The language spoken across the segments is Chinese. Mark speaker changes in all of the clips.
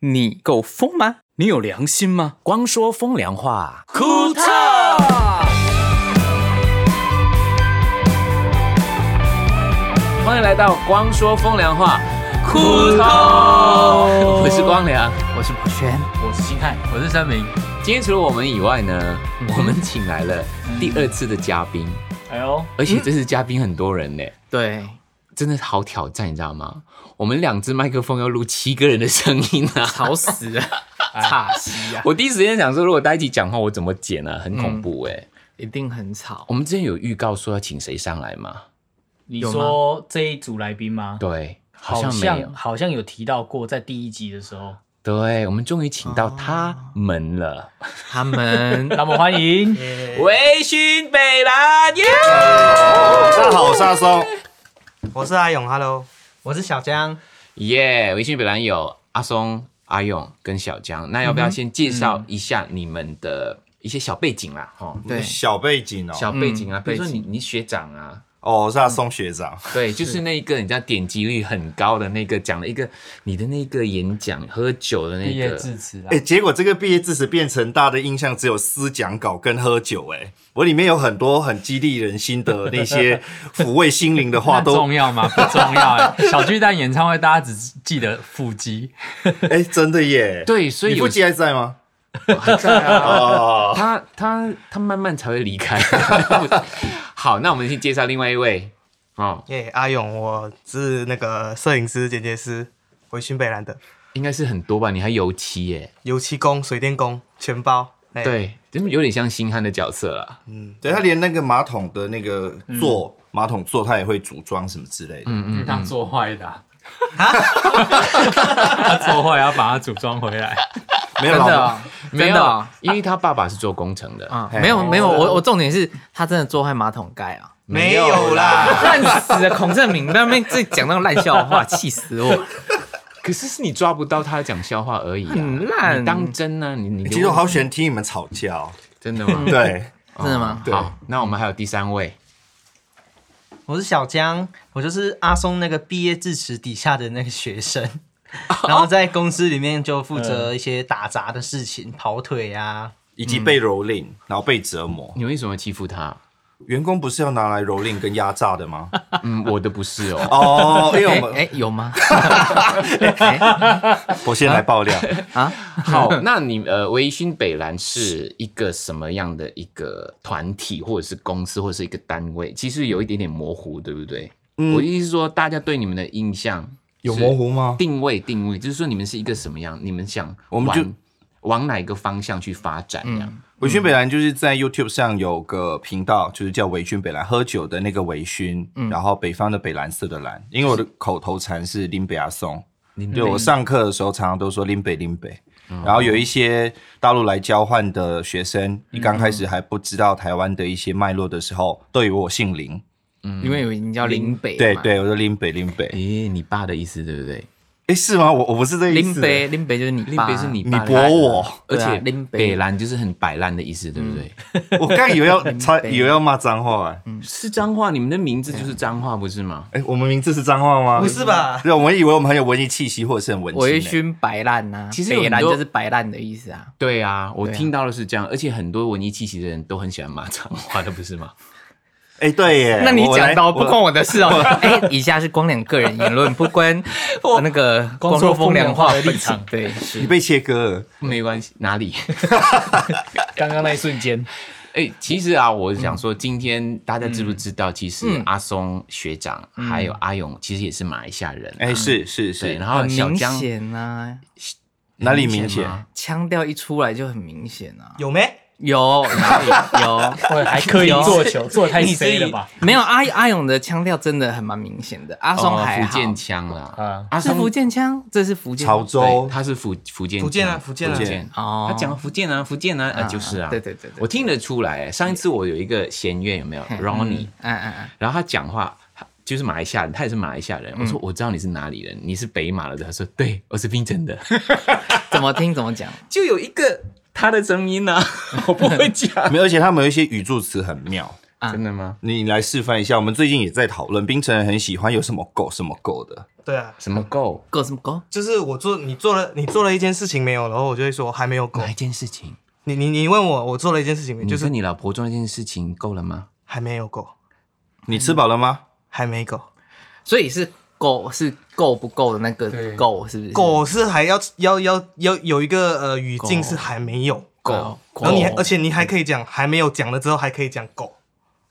Speaker 1: 你够疯吗？你有良心吗？
Speaker 2: 光说风凉话，
Speaker 1: 库特。
Speaker 2: 欢迎来到光说风凉话，库特。 我是光良，
Speaker 3: 我是宝轩，
Speaker 4: 我是星汉，
Speaker 5: 我是三明。嗯
Speaker 2: 今天除了我们以外呢，我们请来了第二次的嘉宾，
Speaker 4: 哎呦，
Speaker 2: 而且这次嘉宾很多人呢，
Speaker 3: 对，
Speaker 2: 真的好挑战，你知道吗？我们两只麦克风要录七个人的声音 啊！
Speaker 3: 吵死 了，啊岔西呀，
Speaker 2: 我第一时间想说，如果大家一起讲话，我怎么剪啊？很恐怖
Speaker 5: 嗯
Speaker 2: 哎、
Speaker 3: 一定很吵。
Speaker 2: 我们之前有预告说要请谁上来吗？
Speaker 4: 你
Speaker 3: 有吗
Speaker 4: 说这一组来宾吗？
Speaker 2: 对，好
Speaker 4: 好
Speaker 2: 像没有
Speaker 4: 像。好像有提到过，在第一集的时候，
Speaker 2: 对，我们终于请到他们了。
Speaker 3: 他们
Speaker 4: 让我们欢迎
Speaker 2: 微醺北兰耶！
Speaker 6: 大家好，我是阿松。
Speaker 3: 我是阿勇，Hello，我是小江。
Speaker 2: 耶！微醺北兰有阿松、阿勇跟小江。那要不要先介绍一下你们的一些小背景啦？哈，
Speaker 3: 对，
Speaker 6: 小背景哦，
Speaker 2: 哎小背景啊，
Speaker 3: 嗯
Speaker 2: 比如说
Speaker 3: 背
Speaker 2: 你
Speaker 3: 景
Speaker 2: 你学长啊，
Speaker 6: 哦，我是阿松学长。
Speaker 2: 对，就是那一个你知道点击率很高的那个，讲了一个你的那个演讲，喝酒的那
Speaker 5: 毕业
Speaker 2: 个。
Speaker 5: 致辞啦
Speaker 6: 哎、，结果这个毕业致辞变成大家的印象只有思讲稿跟喝酒、哎，我里面有很多很激励人心的那些 抚慰心灵的话
Speaker 5: 那
Speaker 6: 都
Speaker 5: 重，要 吗？不重要哎。
Speaker 4: 欸
Speaker 5: 小巨蛋演唱会，大家只记得腹肌，
Speaker 6: 哎、真的耶。，
Speaker 2: 对，所以
Speaker 6: 你
Speaker 2: 有
Speaker 6: 腹肌还在吗？
Speaker 2: 还在啊。
Speaker 6: 哦，
Speaker 2: 他他他慢慢才会离开。好，那我们先介绍另外一位哦，
Speaker 7: 耶、哎阿勇，我是那个摄影师、剪接师，回新北兰的
Speaker 2: 应该是很多吧？你还油漆耶？
Speaker 7: 油漆工、水电工，全包。哎，
Speaker 2: 对，真的有点像星汉的角色啦。
Speaker 6: 对他连那个马桶的那个
Speaker 2: 嗯
Speaker 6: 座、马桶座他也会组装什么之类的。
Speaker 5: 因为他做坏的啊。 他做坏，要把它组装回来。
Speaker 6: 没有
Speaker 3: 真的
Speaker 6: 啦，
Speaker 3: 啊
Speaker 2: 没
Speaker 3: 真的
Speaker 2: 有
Speaker 3: 啊，
Speaker 2: 因为他爸爸是做工程的，
Speaker 3: 啊，没有没有，我我重点是他真的做坏马桶盖啊，
Speaker 7: 没有啦，
Speaker 3: 烂死了！孔正明在那边自己讲那种烂笑话，气死我！
Speaker 2: 可是是你抓不到他讲笑话而已啊。
Speaker 3: 很烂
Speaker 2: 你当真呢？你你
Speaker 6: 其实我好喜欢听你们吵架、哦。
Speaker 2: 真的吗？
Speaker 6: 对，
Speaker 3: 真的吗？
Speaker 6: 对
Speaker 2: 好，那我们还有第三位，
Speaker 8: 我是小江，我就是阿松那个毕业致辞底下的那个学 生，然后在公司里面就负责一些打杂的事情，跑腿啊。
Speaker 6: 以
Speaker 2: 嗯
Speaker 6: 及被蹂躏，然后被折磨。
Speaker 2: 你为什么欺负他？
Speaker 6: 员工不是要拿来蹂躏跟压榨 的吗？
Speaker 2: 嗯，我的不是哦。
Speaker 6: 哦，因为
Speaker 3: 哎
Speaker 6: 我们
Speaker 3: 哎，有吗？
Speaker 6: 我先来爆料。
Speaker 2: 好，那你呃，维新北蓝是一个什么样的一个团体，或者是公司，或者是一个单位？其实有一点点模糊，对不对？
Speaker 6: 嗯
Speaker 2: 我的意思是说，大家对你们的印象
Speaker 6: 有
Speaker 2: 是
Speaker 6: 模糊吗？
Speaker 3: 嗯
Speaker 2: 定位，定位就是说你们是一个什么样？你们嗯想
Speaker 6: 我们就
Speaker 2: 往往哪一个方向去发展？这样、
Speaker 6: 微醺北兰就是在 YouTube 上有个频道，就是叫微醺北兰，喝酒的那个微醺，然后北方的北蓝色的蓝，因为我的口头禅是林北嗯阿松，对我上课的时候常常都说林北林北。然后有一些大陆来交换的学生，一刚开始还不知道台湾的一些脉络的时候，都以为我姓林。
Speaker 3: 因为有人叫林北，
Speaker 6: 对，对，我说林北林北。
Speaker 2: 诶、你爸的意思对不对？
Speaker 6: 诶，是吗？我我不是这个意
Speaker 3: 林
Speaker 6: 思。
Speaker 3: 北林北就是你
Speaker 2: 林
Speaker 3: 爸，啊
Speaker 2: 北是你
Speaker 6: 你
Speaker 2: 爸的
Speaker 6: 驳
Speaker 2: 意思
Speaker 6: 我，
Speaker 2: 而
Speaker 3: 对啊
Speaker 2: 且
Speaker 3: 林北
Speaker 2: 北蓝就是很摆烂的意思，对不对？
Speaker 6: 我刚以 为要差，
Speaker 3: 北
Speaker 6: 以为要骂脏话、欸。
Speaker 2: 嗯是脏话，你们的名字就是脏话，不是吗？
Speaker 6: 哎、我们名字是脏话吗？
Speaker 7: 哦不是吧？
Speaker 6: 对，我们以为我们很有文艺气息，或者是很文青、
Speaker 3: 微
Speaker 6: 欸。
Speaker 3: 醺白烂呐，
Speaker 2: 其实有
Speaker 3: 北
Speaker 2: 很
Speaker 3: 蓝
Speaker 2: 多
Speaker 3: 就是白烂的意思啊。
Speaker 2: 对啊，我
Speaker 3: 对啊
Speaker 2: 听到的是这样，而且很多文艺气息的人都很喜欢骂脏话的，不是吗？
Speaker 6: 哎、对耶，
Speaker 3: 那你
Speaker 6: 我
Speaker 3: 讲
Speaker 6: 来
Speaker 3: 到
Speaker 6: 我
Speaker 3: 不关我的事哦。 哎，以下是光良个人言论，不关那个光说风凉话的立场。对，
Speaker 6: 你被切割了，
Speaker 2: 没关系，哪 里？
Speaker 4: 刚刚那一瞬间，
Speaker 2: 哎、其实啊，我想说，今天大家知不知道，其实
Speaker 3: 嗯
Speaker 2: 阿松学长还有阿勇，其实也是马来西亚人。
Speaker 6: 哎、是是
Speaker 2: 对，
Speaker 6: 是，
Speaker 2: 然
Speaker 3: 很
Speaker 2: 后哦小
Speaker 3: 明
Speaker 2: 江
Speaker 3: 显啊，
Speaker 6: 哪里明显？
Speaker 2: 吗
Speaker 3: 腔调一出来就很明显啊。
Speaker 7: 有没？
Speaker 3: 有哪里有？
Speaker 4: 我还刻 意做球，做的太
Speaker 2: 你自己
Speaker 4: 飞了吧？
Speaker 3: 没有阿阿勇的腔调真的很蛮明显的，阿松
Speaker 2: 哦
Speaker 3: 还
Speaker 2: 福
Speaker 3: 好。
Speaker 2: 建腔啦
Speaker 4: 啊，
Speaker 2: 阿
Speaker 3: 是
Speaker 2: 松
Speaker 3: 福建腔，这是福建
Speaker 6: 潮
Speaker 2: 对，
Speaker 6: 州，
Speaker 2: 他是福福建
Speaker 7: 福建啊
Speaker 2: 腔
Speaker 7: 福建啊
Speaker 3: 哦
Speaker 2: 他讲福建啊，福建啊，呃，就是啊，
Speaker 3: 对对对对
Speaker 2: 我听得出来。哎上一次我有一个弦乐有没有
Speaker 3: 嗯
Speaker 2: ，Ronnie，
Speaker 3: 嗯嗯嗯，
Speaker 2: 然后他讲话他就是马来西亚人，他也是马来西亚人。我说我知道你是哪里人，你是北马的。他说对，我是槟城的，
Speaker 3: 怎么听怎么讲，
Speaker 2: 就有一个他的声音呢、 我不会 讲。
Speaker 6: 没有，而且他们有一些语助词很妙。
Speaker 3: 啊
Speaker 2: 真的吗？
Speaker 6: 你来示范一下，我们最近也在讨论，冰城人很喜欢有什么狗什么狗的，
Speaker 7: 对啊，
Speaker 2: 什么够？
Speaker 3: 够什么够？
Speaker 7: 就是我做你做了你做了一件事情没有，然后我就会说还没有够
Speaker 8: 哎
Speaker 2: 哪。一件事情？
Speaker 7: 你你你问我我做了一件事情
Speaker 8: 嗯
Speaker 7: 没有，
Speaker 2: 就
Speaker 7: 就是是
Speaker 2: 你老婆做那件事情够了吗？
Speaker 7: 还没有够，
Speaker 6: 你吃饱了吗？
Speaker 7: 还没够。
Speaker 3: 所以是够是够不够的那个够，是不是？
Speaker 7: 狗是还要要要要有一个呃语境是还没有
Speaker 2: 够
Speaker 7: 然后你还而且你还可以讲还没有讲了之后还可以讲狗，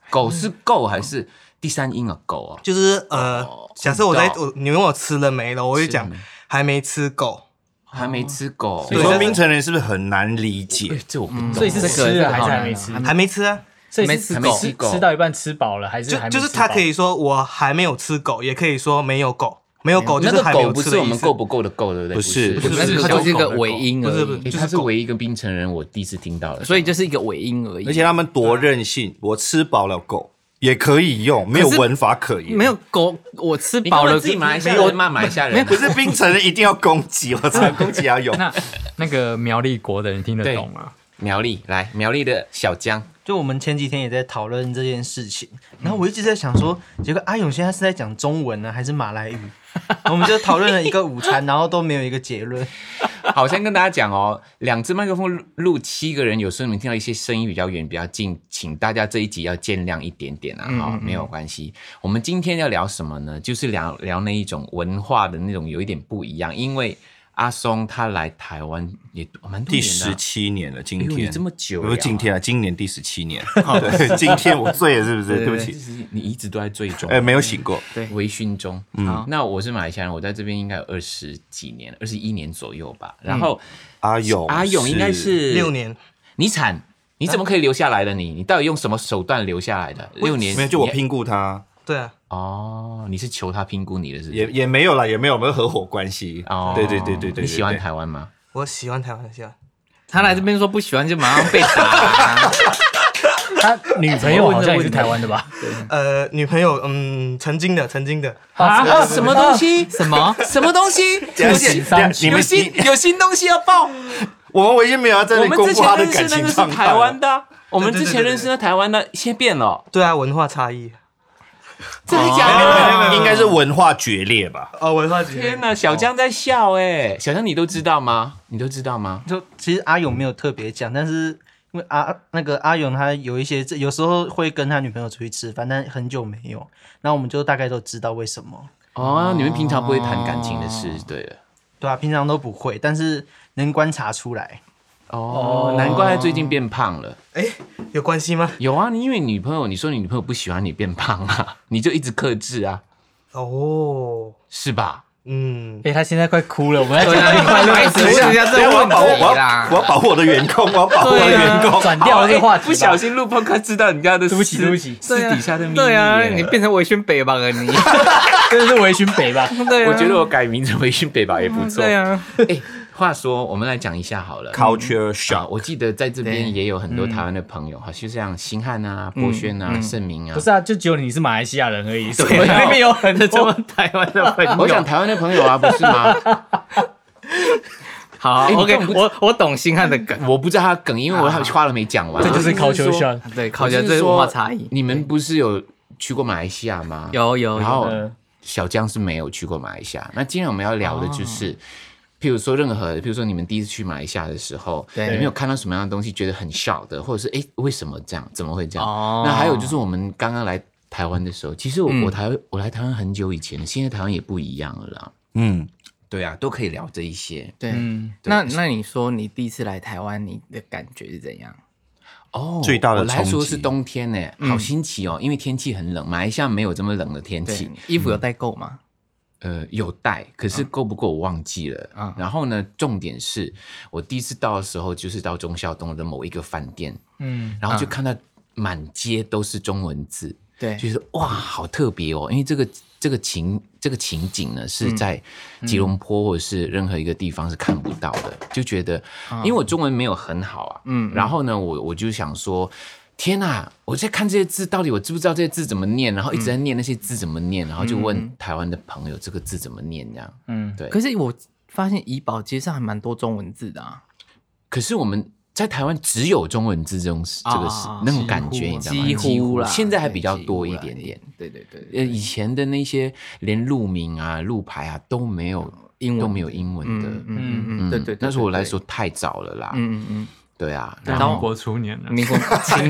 Speaker 2: 狗是够还是第三音啊？狗啊？
Speaker 7: 就是呃假设我在我你问我吃了没了，我会讲
Speaker 2: 吃了
Speaker 7: 还没吃狗。
Speaker 2: 还没
Speaker 7: 哦
Speaker 2: 吃狗
Speaker 6: 你，说冰城人是不是很难理
Speaker 7: 哎
Speaker 6: 解？
Speaker 2: 这我不懂。
Speaker 4: 所以是
Speaker 3: 这个
Speaker 4: 吃了还是还没
Speaker 3: 这
Speaker 4: 吃
Speaker 3: 个？
Speaker 7: 还没吃啊，
Speaker 2: 嗯
Speaker 4: 所以
Speaker 3: 还没
Speaker 4: 是
Speaker 3: 吃
Speaker 2: 够
Speaker 4: 吃吃到一半吃饱了，还是
Speaker 7: 就
Speaker 4: 还没
Speaker 7: 就是
Speaker 4: 吃饱
Speaker 7: 他可以说我还没有吃狗，也可以说没有狗，没有狗就
Speaker 2: 那
Speaker 7: 是
Speaker 2: 个
Speaker 7: 还没
Speaker 2: 狗
Speaker 7: 有
Speaker 2: 不
Speaker 7: 吃
Speaker 2: 是
Speaker 7: 的
Speaker 2: 我
Speaker 7: 意
Speaker 2: 们
Speaker 7: 思。
Speaker 2: 够不够的够，对不对？
Speaker 6: 不是
Speaker 2: 不
Speaker 7: 不
Speaker 2: 是
Speaker 7: 是
Speaker 3: 那
Speaker 7: 不
Speaker 3: 个
Speaker 7: 是
Speaker 3: 就是一
Speaker 7: 狗
Speaker 3: 个
Speaker 7: 的狗
Speaker 3: 尾音而
Speaker 7: 不是不
Speaker 3: 已，
Speaker 7: 是，
Speaker 2: 诶
Speaker 7: 就
Speaker 2: 它
Speaker 7: 是
Speaker 2: 是
Speaker 7: 狗。
Speaker 2: 唯一一个冰城人，我第一次听到的。
Speaker 3: 所以就是一个尾音而已。
Speaker 6: 而且他们多任性，我吃饱了狗也可以用，没有文法可言。
Speaker 3: 没有狗，我吃
Speaker 2: 你
Speaker 3: 饱了
Speaker 2: 自己马来西亚人骂马来西亚人，啊
Speaker 6: 不是冰城人一定要攻击，我操，攻击也要有。
Speaker 5: 那那个苗栗国的人听得懂吗？
Speaker 2: 苗栗来苗栗的小江，
Speaker 8: 就我们前几天也在讨论这件事情，
Speaker 2: 嗯
Speaker 8: 然后我一直在想说，结果阿勇现在是在讲中文
Speaker 7: 啊
Speaker 8: 呢，还是马来语？ 我们就讨论了一个午餐，然后都没有一个结论。
Speaker 2: 好像跟大家讲哦，两只麦克风录录七个人，有时候你们听到一些声音比较远、比较近，请大家这一集要见谅一点点啊，哈、没有关系。我们今天要聊什么呢？就是聊聊那一种文化的那种有一点不一样，因为阿松他来台湾也蛮多
Speaker 6: 第
Speaker 2: 年的啊、
Speaker 6: 十七年了，今
Speaker 2: 哎呦你
Speaker 6: 天
Speaker 2: 这么久
Speaker 6: 不是
Speaker 2: 呀
Speaker 6: 今天啊，今年第十七 年。对，今天我醉了，是不是？对不
Speaker 2: 就
Speaker 6: 起，
Speaker 2: 是你一直都在追踪，啊
Speaker 6: 哎，没有醒过。
Speaker 2: 微醺中。嗯，那我是马来西亚人，我在这边应该有二十几年，二十一年左右吧。然后
Speaker 6: 阿勇，
Speaker 2: 阿勇应该嗯是
Speaker 7: 六，年，
Speaker 2: 你惨，你怎么可以留下来的？你你到底用什么手段留下来的？六年，
Speaker 6: 没有，就我
Speaker 2: 你
Speaker 6: 评估他，
Speaker 7: 对啊，
Speaker 2: 哦，你是求他评估你的是不是
Speaker 6: 也也没有啦，也没有，我们合伙关系。
Speaker 2: 哦，
Speaker 6: 对对对对对对，
Speaker 2: 你喜欢
Speaker 6: 对
Speaker 2: 台湾吗？
Speaker 7: 我喜欢台湾，喜欢。
Speaker 3: 他来这边说不喜欢就马上被打、
Speaker 4: 他女朋友好像也是台湾的吧？
Speaker 7: 呃，女朋友，嗯，曾经的，曾经的，
Speaker 4: 啊，什么东西？
Speaker 3: 什么？
Speaker 2: 什么东西？
Speaker 6: 这样子这样你们你
Speaker 2: 有新东西要报。
Speaker 6: 我们唯一没有要在
Speaker 2: 我
Speaker 6: 那
Speaker 2: 们
Speaker 6: 公
Speaker 2: 之
Speaker 6: 布他
Speaker 2: 前
Speaker 6: 的
Speaker 2: 认识
Speaker 6: 感
Speaker 2: 那
Speaker 6: 情
Speaker 2: 个是
Speaker 6: 状态
Speaker 2: 台湾
Speaker 6: 了。
Speaker 2: 的啊，我们
Speaker 7: 对对
Speaker 2: 之
Speaker 7: 对
Speaker 2: 前认识的台湾的，现在变了，
Speaker 7: 对啊，文化差异。
Speaker 2: 真的假的？
Speaker 6: 应该是文化决 裂吧？
Speaker 7: 哦，文化差
Speaker 2: 天哪，小江在笑哎、小江你都知道吗？你都知道吗？
Speaker 8: 就其实阿勇没有特别讲，但是因为阿那个阿勇他有一些，这有时候会跟他女朋友出去吃饭，但很久没有，然后我们就大概都知道为什么，
Speaker 2: 哦，你们平常不会谈感情的事，对了。
Speaker 8: 对啊，平常都不会，但是能观察出来，
Speaker 2: 哦，难怪他最近变胖了。
Speaker 7: 有关系吗？
Speaker 2: 有啊，你因为女朋友，你说你女朋友不喜欢你变胖啊，你就一直克制啊，
Speaker 7: 哦，
Speaker 2: 是吧？
Speaker 7: 嗯，
Speaker 4: 哎，他现在快哭了，我们要
Speaker 3: 对
Speaker 4: 讲
Speaker 3: 啊，快来直问人家这
Speaker 6: 等一
Speaker 3: 个
Speaker 6: 下我要
Speaker 3: 问
Speaker 6: 保护，
Speaker 3: 题
Speaker 6: 我
Speaker 3: 啦
Speaker 6: 要我。要保护我的员工，我要保护我的员
Speaker 2: 啊
Speaker 6: 工。
Speaker 4: 转掉哦这个话题吧。
Speaker 2: 哎不小心录 podcast 知道人家的
Speaker 4: 对不起
Speaker 2: 私
Speaker 4: 对不起
Speaker 2: 私底下的秘密耶。
Speaker 3: 对啊，你变成维宣北吧了你。
Speaker 4: 真的是微醺北吧？
Speaker 3: 对啊，
Speaker 2: 我觉得我改名成微醺北吧也不错。
Speaker 3: 对啊，
Speaker 2: 哎，话说，我们来讲一下好了。
Speaker 6: Culture
Speaker 2: 啊
Speaker 6: shock，
Speaker 2: 我记得在这边
Speaker 3: 对嗯
Speaker 2: 也有很多台湾的朋友，好，就像星汉啊、博轩啊、盛明啊，
Speaker 4: 不是啊，就只有你是马来西亚人而已。所以
Speaker 3: 对啊，那边有很多台湾的朋
Speaker 2: 我
Speaker 3: 友
Speaker 2: 讲。台湾的朋友 啊，不是吗？
Speaker 3: 好
Speaker 2: 哎你
Speaker 3: ，OK，
Speaker 2: 根本不
Speaker 3: 我我懂星汉的梗。啊
Speaker 2: 我不知道他的梗，因为我还话都没讲完。
Speaker 4: 这就是
Speaker 2: 我
Speaker 4: culture shock。
Speaker 3: 对，
Speaker 2: 我
Speaker 3: 靠
Speaker 2: 就
Speaker 3: 觉
Speaker 2: 是说
Speaker 3: 这是文化差异。
Speaker 2: 你们不是有去过马来西亚吗？。
Speaker 3: 有有
Speaker 2: 然
Speaker 3: 有，
Speaker 2: 后
Speaker 4: 嗯
Speaker 2: 小江是没有去过马来西亚。那今天我们要聊的就是，譬如说任何，譬如说你们第一次去马来西亚的时候，
Speaker 3: 对
Speaker 2: 你们有看到什么样的东西觉得很 shock 的，或者是哎为什么这样，怎么会这样？
Speaker 3: 哦
Speaker 2: 那还有就是我们刚刚来台湾的时候，其实我、我台我来台湾很久以前，现在台湾也不一样了啦。
Speaker 6: 嗯，
Speaker 2: 对啊，都可以聊这一些。
Speaker 3: 对，
Speaker 2: 嗯
Speaker 3: 那那你说你第一次来台湾，你的感觉是怎样？
Speaker 2: 哦，
Speaker 6: 最大的
Speaker 2: 我来
Speaker 6: 冲
Speaker 2: 说
Speaker 6: 击
Speaker 2: 是冬天呢，好新奇哦，因为天气很冷，马来西亚没有这么冷的天气
Speaker 3: 对。，衣服有带够吗？
Speaker 2: 呃，有带，可是够不够我忘记了。
Speaker 3: 啊
Speaker 2: 然后呢，重点是我第一次到的时候，就是到忠孝东的某一个饭店，
Speaker 4: 嗯，
Speaker 2: 然后就看到满街都是中文字，
Speaker 3: 对
Speaker 2: 就是哇，好特别哦！因为这个这个情这个情景呢，是
Speaker 3: 嗯
Speaker 2: 在吉隆坡或者是任何一个地方是看不到的，就觉得，
Speaker 3: 啊
Speaker 2: 因为我中文没有很好啊，嗯，然后呢，我我就想说。天呐、我在看这些字，到底我知不知道这些字怎么念？然后一直在念那些字怎么
Speaker 3: 嗯
Speaker 2: 念，然后就问台湾的朋友这个字怎么念这样。嗯，对。
Speaker 3: 可是我发现怡宝街上还蛮多中文字的啊。
Speaker 2: 可是我们在台湾只有中文字这种事这个事那种感觉，你知道吗？
Speaker 3: 啊几乎啦，
Speaker 2: 现在还比较
Speaker 3: 对
Speaker 2: 多一
Speaker 3: 几乎啦
Speaker 2: 点点。
Speaker 3: 对对对，
Speaker 2: 呃，以前的那些连路名啊、路牌啊都没有
Speaker 3: 英文
Speaker 2: 都没有英文的，
Speaker 3: 嗯嗯嗯，对对，对
Speaker 2: 那时候我来，说太早了啦，
Speaker 3: 嗯嗯
Speaker 2: 对啊，
Speaker 5: 对
Speaker 2: 然
Speaker 5: 民
Speaker 2: 后
Speaker 5: 国初年了
Speaker 3: 嗯，，民国 清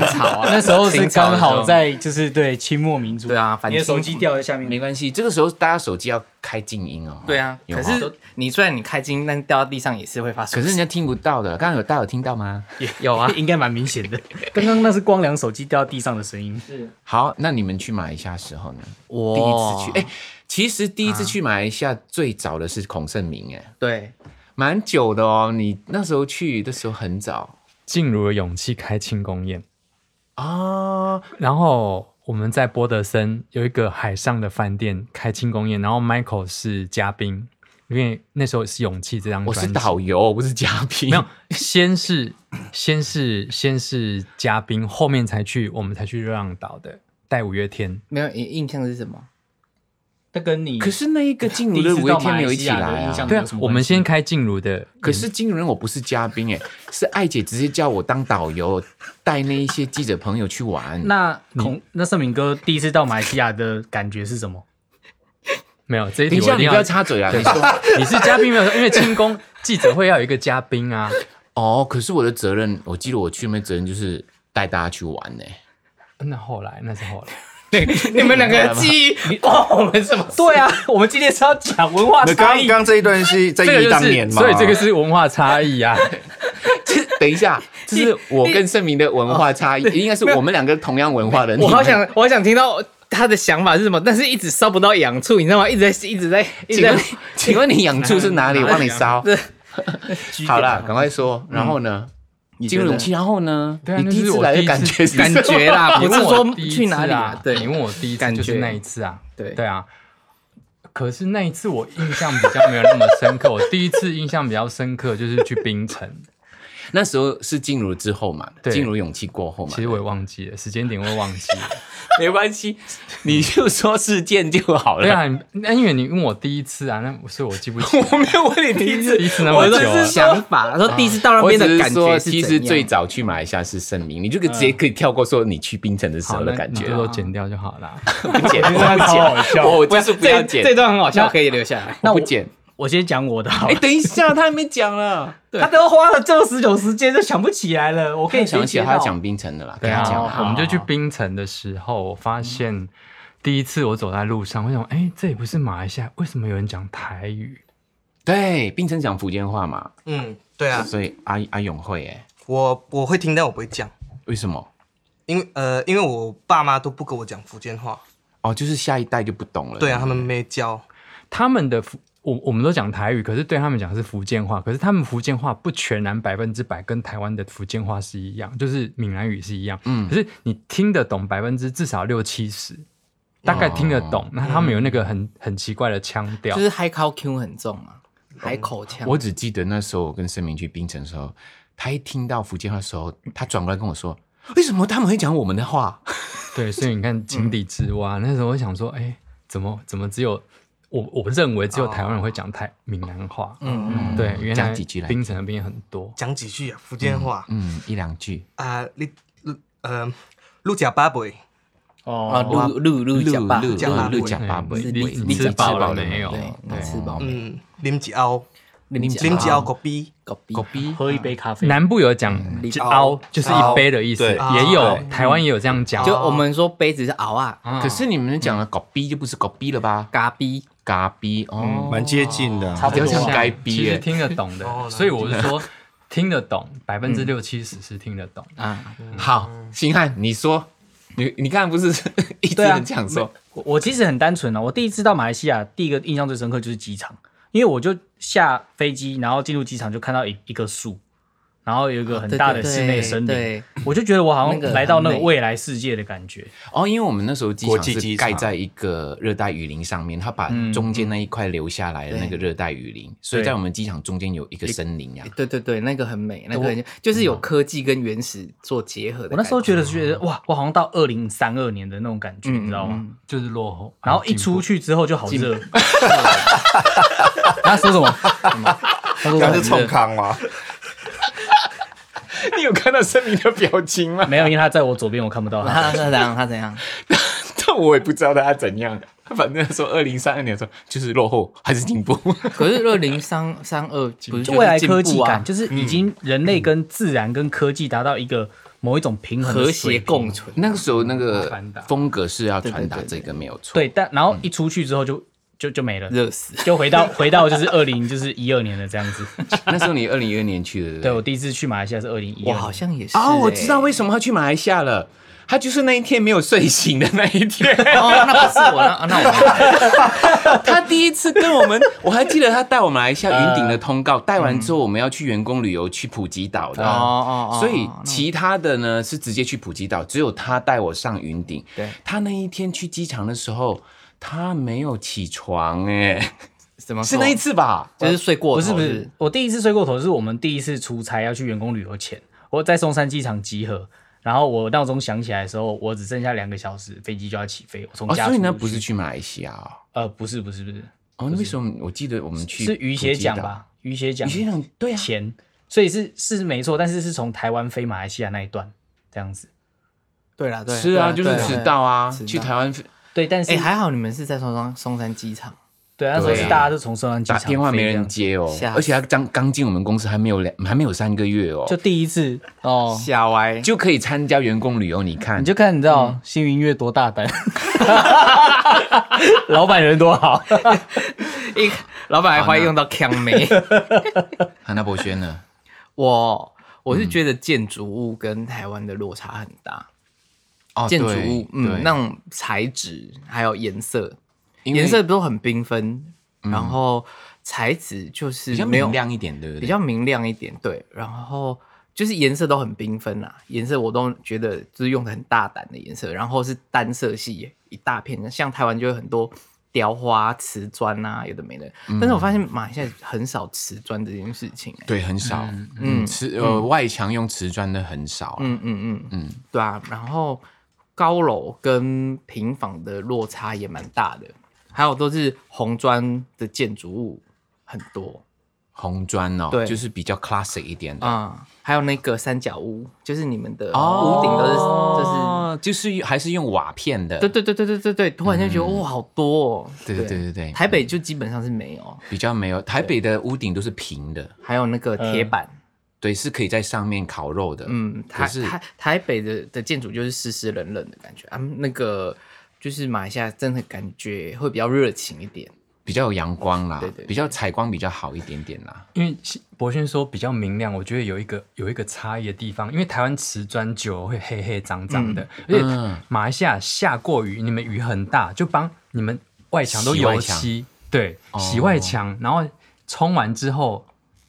Speaker 3: 朝啊，
Speaker 4: 那时候是
Speaker 3: 清朝
Speaker 4: 刚
Speaker 3: 的时候
Speaker 4: 好在就是对清末民族，
Speaker 3: 对啊反
Speaker 4: 你的手
Speaker 3: 清
Speaker 4: 机掉在下面，
Speaker 2: 没关系，这个时候大家手机要开静音哦，
Speaker 3: 对啊，
Speaker 2: 有
Speaker 3: 可
Speaker 2: 哦
Speaker 3: 是你虽然你开金，但掉到地上也是会发生
Speaker 2: 可是
Speaker 3: 事
Speaker 2: 人
Speaker 3: 情。
Speaker 2: 家听不到的，刚刚有大家有听到吗？
Speaker 3: 有啊，
Speaker 4: 应该蛮明显的。 刚刚那是光良手机掉到地上的声音，
Speaker 2: 好，那你们去马来西亚时候呢？第一
Speaker 3: 我
Speaker 2: 次去，哎，其实第一
Speaker 3: 啊
Speaker 2: 次去马来西亚最早的是孔圣明，哎，
Speaker 3: 对，
Speaker 2: 蛮久的哦，你那时候去的时候很早
Speaker 5: 静茹的勇气开庆功宴，
Speaker 3: 哦
Speaker 2: 啊，
Speaker 5: 然后我们在波德森有一个海上的饭店开庆功宴，然后 Michael 是嘉宾，因为那时候是《勇气》这张
Speaker 2: 我
Speaker 5: 专
Speaker 2: 是
Speaker 5: 辑，
Speaker 2: 导游，我不是嘉宾，
Speaker 5: 没有，先是先是先是嘉宾，后面才去我们才去热浪岛的，带五月天。
Speaker 3: 没有印印象是什 么？
Speaker 4: 那跟你
Speaker 2: 可是那一个静茹的五月天没有一起来啊。
Speaker 5: 对啊，我们先开静茹的，
Speaker 2: 可是金融人我不是嘉宾哎， 是艾姐直接叫我当导游，带那一些记者朋友去玩。
Speaker 4: 那孔那盛敏哥第一次到马来西亚的感觉是什 么？
Speaker 5: 没有这一
Speaker 2: 等
Speaker 5: 题
Speaker 2: 一
Speaker 5: 我
Speaker 2: 下，
Speaker 5: 一定
Speaker 2: 你不
Speaker 5: 要
Speaker 2: 要。插嘴啦！啊你说
Speaker 5: 你是嘉宾没有错？因为庆功记者会要有一个嘉宾啊，
Speaker 2: 哦，可是我的责任，我记得我去那边责任就是带大家去玩欸呢。
Speaker 5: 那后来那是后来，
Speaker 3: 你们两个人记忆关我们什么？
Speaker 4: 对啊，我们今天是要讲文
Speaker 2: 啊
Speaker 4: 化
Speaker 6: 那
Speaker 4: 差
Speaker 6: 刚
Speaker 4: 异。
Speaker 6: 刚这一段是在
Speaker 5: 这
Speaker 6: 忆
Speaker 5: 个就
Speaker 6: 当年
Speaker 5: 是
Speaker 6: 嘛，
Speaker 5: 所以这个是文化差异啊。
Speaker 2: 这等一 下，这是我跟盛明的文化差异，应该是我们两个同样文化 的。
Speaker 3: 我好想，我好想听到他的想法是什么，但是一直烧不到痒处，你知道吗？一直在，一直在，一直
Speaker 2: 请
Speaker 3: 在
Speaker 2: 问，请问你养猪是哪 里？我帮你烧。 好啦，赶快说。
Speaker 5: 嗯
Speaker 2: 然后呢？金融期，然后呢？
Speaker 5: 对啊
Speaker 2: 你
Speaker 5: 那
Speaker 2: 第一
Speaker 5: 是
Speaker 2: 次
Speaker 5: 我
Speaker 2: 来的
Speaker 5: 第一
Speaker 2: 感
Speaker 5: 次
Speaker 2: 觉是
Speaker 3: 感
Speaker 2: 什么
Speaker 3: 觉啦，
Speaker 2: 啊
Speaker 5: 你
Speaker 3: 不是
Speaker 5: 问我
Speaker 3: 说
Speaker 5: 第一
Speaker 3: 去哪
Speaker 5: 次
Speaker 3: 里
Speaker 5: 啊？
Speaker 3: 对，
Speaker 5: 你问我第一次
Speaker 3: 感
Speaker 5: 就是
Speaker 3: 觉
Speaker 5: 那一次啊，
Speaker 3: 对
Speaker 5: 对啊。可是那一次我印象比较没有那么深刻， 我第一次印象比较深刻就是去冰城，
Speaker 2: 那时候是进入之后嘛，
Speaker 5: 对
Speaker 2: 进入勇气过后嘛
Speaker 5: 其。实我也忘记了时间点，我也忘记了。
Speaker 2: 没关系，你就说事件就好
Speaker 5: 对
Speaker 2: 了。
Speaker 5: 啊，你那因为你问我第一次啊，那所以我记 不起来。
Speaker 2: 我没有问你第一次
Speaker 5: 第一次那么久啊，
Speaker 3: 想法，说第一次到那
Speaker 2: 我
Speaker 3: 边
Speaker 2: 只
Speaker 3: 的
Speaker 2: 是
Speaker 3: 感
Speaker 2: 说，
Speaker 3: 觉是
Speaker 2: 其
Speaker 3: 怎
Speaker 2: 实
Speaker 3: 样
Speaker 2: 最早去马来西亚是盛明，你就可以直接可以跳过说你去槟城的时
Speaker 5: 好
Speaker 2: 候的感觉啊
Speaker 5: 那你，就都剪掉就好了。
Speaker 2: 不剪，
Speaker 4: 真的
Speaker 2: 我不
Speaker 4: 超好
Speaker 2: 剪，
Speaker 4: 笑
Speaker 2: 我就是不要
Speaker 3: 这
Speaker 2: 剪，
Speaker 3: 段很好笑，可以留下来。
Speaker 2: 那不剪。
Speaker 4: 我先讲我的好
Speaker 2: 哎，
Speaker 4: 了，
Speaker 2: 等一下，他还没讲了，
Speaker 4: 他都花了这么十九时间都想不起来了，我可以
Speaker 2: 想
Speaker 4: 先
Speaker 2: 起
Speaker 4: 接
Speaker 2: 来他
Speaker 4: 到。
Speaker 2: 讲槟城的啦，
Speaker 5: 对
Speaker 2: 跟他讲嗯
Speaker 5: 啊，我
Speaker 2: 啦。
Speaker 5: 们就去冰城的时候，我发现第一次我走在路上，我想，哎，这也不是马来西亚，为什么有人讲台语？
Speaker 2: 对，槟城讲福建话嘛，
Speaker 7: 嗯，对啊，
Speaker 2: 所以阿阿勇会哎，
Speaker 7: 我我会听，但我不会讲，
Speaker 2: 为什么？
Speaker 7: 因为呃，因为我爸妈都不跟我讲福建话，
Speaker 2: 哦，就是下一代就不懂了。
Speaker 7: 对啊，他们没教，
Speaker 5: 他们的福，我我们都讲台语，可是对他们讲是福建话，可是他们福建话不全然百分之百跟台湾的福建话是一样，就是闽南语是一样，嗯，可是你听得懂百分之至少六七十，大概听得
Speaker 2: 哦
Speaker 5: 懂。那他们有那
Speaker 2: 嗯
Speaker 5: 个很很奇怪的腔调
Speaker 3: 就，是 high 考 Q 很重啊，海口腔。
Speaker 2: 我只记得那时候我跟盛明去槟城的时候，他一听到福建话的时候，他转过来跟我说：“为什么他们会讲我们的话
Speaker 5: 对，所以你看井底之蛙，那时候我想说，哎，怎么怎么只有我我认为只有台湾人会讲台闽南话，哦嗯嗯，对，原
Speaker 2: 讲
Speaker 5: 来
Speaker 2: 几句来
Speaker 5: 槟城那边也很多，
Speaker 7: 讲几句啊，福建话？”
Speaker 2: 嗯，一两句。
Speaker 7: 啊，你你呃，鹿甲八贝，
Speaker 3: 啊，
Speaker 4: 哦，
Speaker 3: 鹿鹿鹿
Speaker 2: 鹿
Speaker 3: 角吧，
Speaker 2: 鹿
Speaker 7: 甲巴
Speaker 2: 鹿
Speaker 7: 贝
Speaker 2: 甲巴
Speaker 5: 嗯
Speaker 2: 贝，
Speaker 5: 你
Speaker 2: 喂
Speaker 5: 你吃饱了没有
Speaker 3: 对，
Speaker 2: 啊
Speaker 3: 你吃饱没？
Speaker 7: 嗯，啉一凹，
Speaker 3: 林
Speaker 7: 啉一凹个逼，
Speaker 3: 狗逼
Speaker 2: 狗逼
Speaker 4: 喝一杯咖啡，
Speaker 5: 南部有讲就嗯凹，就是一杯的意思，
Speaker 6: 对
Speaker 5: 也有
Speaker 7: 对
Speaker 5: 台湾也有这样讲，
Speaker 3: 就我们说杯子是熬啊，
Speaker 5: 啊
Speaker 2: 可是你们讲的狗逼就不是狗逼了吧？
Speaker 3: 嘎逼，
Speaker 2: 嘎逼哦，
Speaker 6: 蛮接近的啊，
Speaker 4: 差不
Speaker 2: 比较
Speaker 4: 多
Speaker 2: 像
Speaker 4: 啊。
Speaker 2: 该
Speaker 5: 其
Speaker 2: 逼
Speaker 5: 实
Speaker 2: 耶。
Speaker 5: 听得懂的，所以我是说听得懂，百分之六七十是听得懂。
Speaker 3: 啊，
Speaker 2: 好，星汉，你说，你你刚才不是 一直
Speaker 4: 对啊
Speaker 2: 很想说，
Speaker 4: 我我其实很单纯啊，我第一次到马来西亚，第一个印象最深刻就是机场，因为我就下飞机，然后进入机场就看到一一个树，然后有一个很大的室内森
Speaker 3: 对
Speaker 4: 林，
Speaker 3: 对
Speaker 4: 我就觉得我好
Speaker 3: 那个
Speaker 4: 像来到那个
Speaker 3: 很美
Speaker 4: 未来世界的感觉。
Speaker 2: 哦，因为我们那时候机
Speaker 6: 国
Speaker 2: 场
Speaker 6: 际
Speaker 2: 是
Speaker 6: 机
Speaker 2: 盖
Speaker 6: 场
Speaker 2: 在一个热带雨林上面，它把中间那一块留下来的那个热带雨林，所以在我们机场中间有一个森林啊呀、
Speaker 3: 对对对，那个很美，那个很就
Speaker 2: 嗯
Speaker 3: 是有科技跟原始做结合的感。
Speaker 4: 我那时候觉得觉得哇，我好像到二零三二年的那种感觉，你知道吗？
Speaker 5: 就是落后，
Speaker 4: 然后一出
Speaker 5: 去，
Speaker 4: 去之后就好热，
Speaker 3: 他说什么？
Speaker 6: 刚刚是冲康吗？
Speaker 2: 你有看到声明的表情吗？
Speaker 4: 没有，因为他在我左边，我看不到他。
Speaker 3: 他他怎样？他怎样？
Speaker 2: 但我也不知道他怎样。反正说二零三二年的时候，就是落后还是进步？
Speaker 3: 可是二零三三 二不是
Speaker 4: 就未来
Speaker 3: 就是
Speaker 4: 科
Speaker 3: 进
Speaker 4: 技
Speaker 3: 步啊嗯
Speaker 4: 感，就是已经人类跟自然跟科技达到一个某一种平衡的
Speaker 3: 和
Speaker 4: 水
Speaker 3: 谐
Speaker 4: 平
Speaker 3: 共存。
Speaker 2: 那个时候那个
Speaker 5: 传达
Speaker 2: 风格是要传达这个没有错。
Speaker 4: 对，但然后一出去之后就就就没了，
Speaker 3: 嗯热死！
Speaker 4: 就回到回到就是二零就是一二年的这样子。
Speaker 2: 那时候你二零一二年去的，
Speaker 4: 对
Speaker 2: 不
Speaker 4: 我第一次去马来西亚是二零一，
Speaker 3: 我好像也是
Speaker 2: 哦，我
Speaker 3: 欸
Speaker 2: 知道为什么他去马来西亚了，他就是那一天没有睡醒的那一天。
Speaker 3: 哦，那不是我，那那我 们
Speaker 2: 他第一次跟我们，我还记得他带我们来一下云顶的通告，带完之后我们要去员工旅游去普吉岛的。
Speaker 3: 哦哦哦，
Speaker 2: 所以其他的呢是直接去普吉岛，只有他带我上云顶。
Speaker 3: 对，
Speaker 2: 他那一天去机场的时候，他没有起床、哎，
Speaker 3: 怎么
Speaker 2: 是
Speaker 3: 说
Speaker 2: 那一次吧？
Speaker 3: 就是睡过
Speaker 4: 不
Speaker 3: 头
Speaker 4: 是不是，我第一次睡过头是我们第一次出差要去员工旅游前，我在松山机场集合，然后我闹钟响起来的时候，我只剩下两个小时，飞机就要起飞，我从
Speaker 2: 哦，
Speaker 4: 家出
Speaker 2: 所
Speaker 4: 去、
Speaker 2: 以呢不是去马来西亚哦。
Speaker 4: 呃不是不是不是
Speaker 2: 哦，那为什么我记得我们去
Speaker 4: 是雨
Speaker 2: 普
Speaker 4: 鞋
Speaker 2: 吉
Speaker 4: 奖
Speaker 2: 岛？
Speaker 4: 吧？雨鞋奖
Speaker 2: 雨鞋奖对啊，
Speaker 4: 前，所以是是没错，但是是从台湾飞马来西亚那一段这样子。
Speaker 3: 对啦，对，
Speaker 2: 是啊，
Speaker 3: 对
Speaker 2: 就是
Speaker 3: 对
Speaker 2: 迟到啊
Speaker 3: 迟，到
Speaker 2: 去台湾
Speaker 4: 对，但是、
Speaker 3: 哎，还好你们是在松山松山机场，
Speaker 4: 对那时候
Speaker 2: 对
Speaker 4: 是
Speaker 2: 啊
Speaker 4: 大家都从松山机
Speaker 2: 打
Speaker 4: 场
Speaker 2: 电话没
Speaker 4: 飞这
Speaker 2: 人
Speaker 4: 样子
Speaker 2: 接哦
Speaker 3: 吓，死
Speaker 2: 而且他刚刚进我们公司还没有两还没有三个月哦，
Speaker 4: 就第一次哦，
Speaker 3: 吓歪，
Speaker 2: 就可以参加员工旅游，你看
Speaker 4: 你就看你知道星云乐多大胆， 老板人多 好。
Speaker 3: 一老板还怀疑用到呛眉。
Speaker 2: 韩大博轩呢？
Speaker 3: 我我
Speaker 2: 嗯
Speaker 3: 是觉得建筑物跟台湾的落差很大，
Speaker 2: 哦，
Speaker 3: 建筑
Speaker 2: 对
Speaker 3: 物嗯
Speaker 2: 对
Speaker 3: 那种材质还有颜色，
Speaker 2: 因为嗯
Speaker 3: 颜色都很缤纷，然后材质就是
Speaker 2: 比较
Speaker 3: 没有
Speaker 2: 明亮一点，对不对？
Speaker 3: 比较明亮一点，对，然后就是颜色都很缤纷啦，颜色我都觉得就是用的很大胆的颜色，然后是单色系一大片，像台湾就有很多雕花、瓷砖啊，有的没的，
Speaker 2: 嗯
Speaker 3: 但是我发现马来西亚很少瓷砖这件事情、欸，
Speaker 2: 对，很少，嗯，瓷呃外墙用瓷砖的很少啊，
Speaker 3: 嗯嗯嗯
Speaker 2: 嗯
Speaker 3: 嗯，对啊。然后高楼跟平房的落差也蛮大的，还有都是红砖的建筑物很多
Speaker 2: 红砖哦，
Speaker 3: 对
Speaker 2: 就是比较 classic 一点的。
Speaker 3: 啊、还有那个三角屋，就是你们的
Speaker 2: 哦
Speaker 3: 屋顶都是，就是。
Speaker 2: 是呃就是还是用瓦片的，
Speaker 3: 对对对对对对对，突然间觉得、哇，好多、哦。
Speaker 2: 嗯对对对对对
Speaker 3: 台北就基本上是没有，
Speaker 2: 比较没有。台北的屋顶都是平的，
Speaker 3: 还有那个铁板，
Speaker 2: 对，是可以在上面烤肉的。
Speaker 3: 嗯，台
Speaker 2: 可是
Speaker 3: 台台北的的建筑就是湿湿冷冷的感觉，啊，那个就是马来西亚真的感觉会比较热情一点。
Speaker 2: 比较有阳光啦
Speaker 3: 对对，对
Speaker 2: 比较采光比较好一点点啦。
Speaker 5: 因为博轩说比较明亮，我觉得有一个有一个差异的地方，因为台湾瓷砖久了会黑黑脏脏的，而且马来西亚下过雨，你们雨很大，就帮你们外墙都油漆，对，洗外墙，然后冲完之后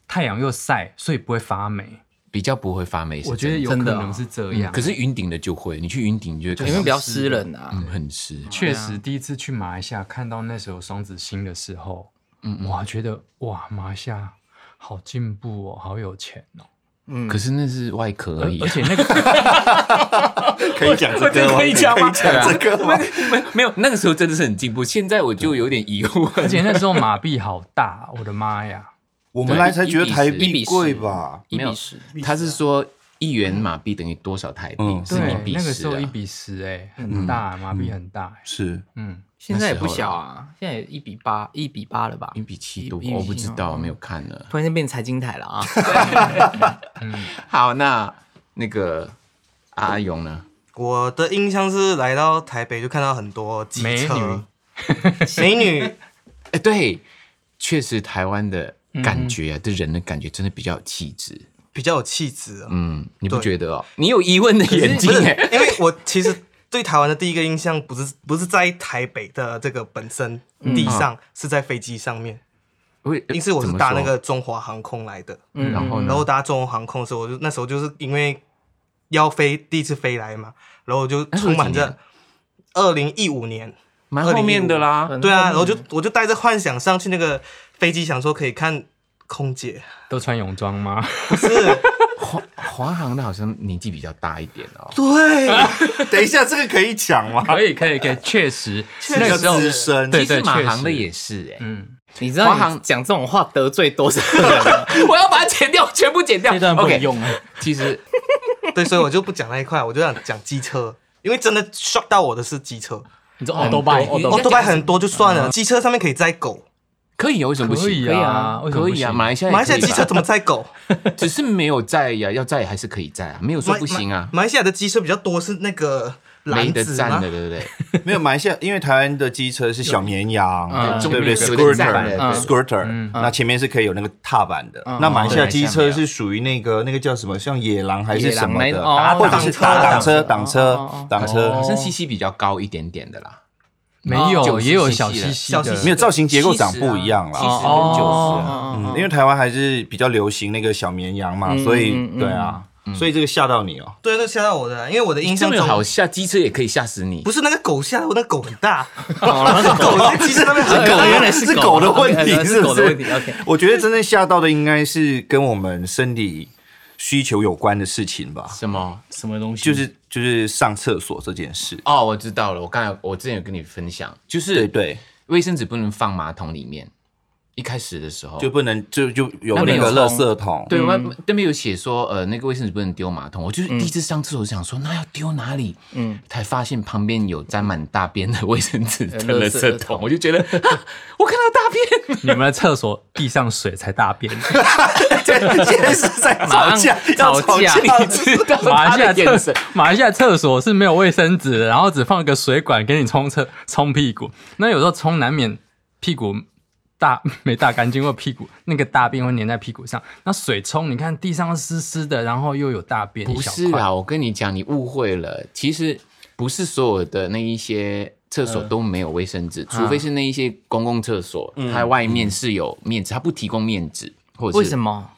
Speaker 5: 太阳又晒，所以不会发霉。
Speaker 2: 比较不会发霉，是
Speaker 5: 我觉
Speaker 2: 真的嗯
Speaker 5: 得有
Speaker 3: 真
Speaker 5: 可
Speaker 3: 的
Speaker 5: 能
Speaker 3: 哦
Speaker 5: 是这样，
Speaker 2: 可是云顶的就会，你去云顶就
Speaker 3: 你们比较湿冷啊，
Speaker 2: 嗯很湿，
Speaker 5: 确实第一次去马来西亚看到那时候双子星的时候，嗯，我还觉得哇，马来西亚好进步哦，好有钱哦，
Speaker 2: 可是那是外壳而已啊
Speaker 5: 而。且那个。
Speaker 6: 可以讲这个吗？可以讲这个吗？
Speaker 2: 没有，那个时候真的是很进步，现在我就有点疑惑。
Speaker 5: 而且那时候马币好大， 我的妈呀！
Speaker 6: 我们来才觉得台币贵吧？
Speaker 3: 一
Speaker 2: 没有
Speaker 3: 比十，
Speaker 2: 他是说一元马币等于多少台币？
Speaker 6: 嗯
Speaker 2: 是一比
Speaker 5: 那个时
Speaker 2: 十
Speaker 5: 候一
Speaker 2: 啊。
Speaker 5: 比十，哎，很大，马币很大，哎
Speaker 6: 是，
Speaker 5: 嗯，
Speaker 3: 现在也不小啊，现在也一比八，一比八了吧？
Speaker 2: 一比七多，
Speaker 3: 一
Speaker 2: 我不知道，
Speaker 3: 嗯
Speaker 2: 没有看呢。
Speaker 3: 突然间变财经台了啊！
Speaker 2: 好，那那个阿勇呢？
Speaker 7: 我的印象是来到台北就看到很多机车美女，
Speaker 2: 哎，对，确实台湾的感觉啊，对人的感觉真的比较有气质。
Speaker 7: 比较有气质啊。
Speaker 2: 嗯，你不
Speaker 7: 对
Speaker 2: 觉得哦？你有疑问的眼睛
Speaker 7: 不是
Speaker 2: 哎，，
Speaker 7: 因为我其实对台湾的第一个印象不是不是在台北的这个本身
Speaker 2: 嗯
Speaker 7: 地上，是在飞机上面。
Speaker 2: 为
Speaker 7: 因此我是搭
Speaker 2: 怎
Speaker 7: 那，
Speaker 2: 么嗯
Speaker 7: 个中华航空来的，
Speaker 2: 说然后呢
Speaker 7: 然后搭中华航空的时候，我就那时候就是因为要飞第一次飞来嘛，然后我就充满着二零一五年，
Speaker 2: 蛮啊后面的啦。
Speaker 3: 嗯
Speaker 7: 对啊，然后就我就带着幻想上去那个飞机，想说可以看空姐，
Speaker 5: 都穿泳装吗？
Speaker 7: 不是
Speaker 2: 华华航的好像年纪比较大一点哦。
Speaker 7: 对，
Speaker 6: 等一下，这个可以讲吗？
Speaker 5: 可以，可以，可以，确实，那个时候，
Speaker 6: 资深，
Speaker 5: 对
Speaker 2: 其实
Speaker 5: 对，
Speaker 2: 马
Speaker 5: 确
Speaker 2: 航的
Speaker 5: 实，
Speaker 2: 也是哎。
Speaker 5: 嗯，
Speaker 3: 你知道
Speaker 2: 华
Speaker 3: 你
Speaker 2: 航
Speaker 3: 讲这种话得罪多少人吗？
Speaker 2: 我要把它剪掉，全部剪掉
Speaker 4: 这段不能
Speaker 2: OK，
Speaker 4: 用啊。
Speaker 2: 其实
Speaker 7: 对，所以我就不讲那一块，我就想讲机车，因为真的 shock 到我的是机车。
Speaker 4: 你说哦，都拜
Speaker 2: 哦
Speaker 7: 哦，多拜很多就算
Speaker 2: 嗯
Speaker 7: 了，机车上面可以载狗，
Speaker 2: 可以啊，为什么不行？
Speaker 5: 可以啊为什么
Speaker 2: 可
Speaker 5: 不
Speaker 2: 以啊，
Speaker 5: 行
Speaker 2: 马来西亚也
Speaker 7: 马来西亚
Speaker 2: 可以
Speaker 7: 机车
Speaker 2: 吧
Speaker 7: 怎么载狗？
Speaker 2: 只是没有在呀、要在还是可以在啊，没有说不行啊。
Speaker 7: 马马来西亚的机车比较多是那个
Speaker 2: 没
Speaker 7: 篮
Speaker 2: 得
Speaker 7: 子
Speaker 2: 站
Speaker 7: 吗
Speaker 2: 的，？对不对？
Speaker 6: 没有马来西亚，因为台湾的机车是小绵羊，
Speaker 2: 嗯
Speaker 6: 对不
Speaker 2: 对
Speaker 6: 对
Speaker 2: 中国有站的对
Speaker 6: ？scooter，scooter，那前面是可以有那个踏板的。那马来西亚机车是属于那个那个叫什么，像野狼还是什么
Speaker 3: 野
Speaker 6: 的，
Speaker 3: 狼那
Speaker 6: 或者是打挡
Speaker 7: 挡
Speaker 6: 车、挡车、挡
Speaker 2: 好
Speaker 6: 车，
Speaker 2: 像 CC 比较高一点点的啦，
Speaker 5: 没有，
Speaker 2: 90
Speaker 5: 也有小
Speaker 2: CC
Speaker 5: 西
Speaker 2: 的
Speaker 5: 西
Speaker 7: 小
Speaker 5: 的
Speaker 7: CC
Speaker 6: 没有造型结构长不一样
Speaker 2: 七十
Speaker 6: 啦。
Speaker 2: 跟九十啊。
Speaker 6: 嗯，因为台湾还是比较流行那个小绵羊嘛，所以
Speaker 3: 嗯嗯
Speaker 6: 对啊，所以这个吓到你哦。
Speaker 7: 对，那吓到我的，因为我的印
Speaker 2: 这
Speaker 7: 象
Speaker 2: 么好
Speaker 7: 中
Speaker 2: 吓，机车也可以吓死你。
Speaker 7: 不是那个狗吓我，那狗很大，狗在机车上面很大。
Speaker 3: 原来 是
Speaker 6: 是狗的问题，
Speaker 3: OK，
Speaker 6: 是
Speaker 3: 是
Speaker 6: 不
Speaker 3: 狗的问题。OK，
Speaker 6: 我觉得真正吓到的应该是跟我们生理需求有关的事情吧，
Speaker 2: 什么？
Speaker 4: 什么东西？
Speaker 6: 就是就是上厕所这件事。
Speaker 2: 哦，我知道了。我刚才我之前有跟你分享，就
Speaker 6: 对
Speaker 2: 是
Speaker 6: 对，
Speaker 2: 卫生纸不能放马桶里面。一开始的时候，
Speaker 6: 就不能就就有
Speaker 2: 那
Speaker 6: 哦那
Speaker 2: 个
Speaker 6: 个垃圾桶。
Speaker 2: 对，外那边有写说，呃，那个卫生纸不能丢马桶。我就是第一次上厕所想说，那要丢哪里？嗯，才发现旁边有沾满大便的卫生纸的
Speaker 3: 垃
Speaker 2: 垃
Speaker 3: 圾
Speaker 2: 圾桶，我就觉得，啊我看到大便。
Speaker 5: 你们的厕所地上水才大 便，
Speaker 6: 对，现在是在吵架，要吵架。
Speaker 2: 你知道
Speaker 5: 马来
Speaker 2: 他
Speaker 5: 西亚
Speaker 2: 的
Speaker 5: 厕
Speaker 2: 眼神，
Speaker 5: 马来西亚厕所是没有卫生纸的，然后只放一个水管给你冲厕 冲屁股。那有时候冲难免屁股大 没大干净，或屁股那个大便会粘在屁股上。那水冲，你看地上湿湿的，然后又有大便，
Speaker 2: 不
Speaker 5: 一小
Speaker 2: 是啊
Speaker 5: 块
Speaker 2: 啦，我跟你讲，你误会了。其实不是所有的那一些厕所都没有卫生纸，除非是那一些公共厕所，它外面是有面纸，它不提供面纸，或者
Speaker 3: 为什
Speaker 2: 么？
Speaker 3: 么？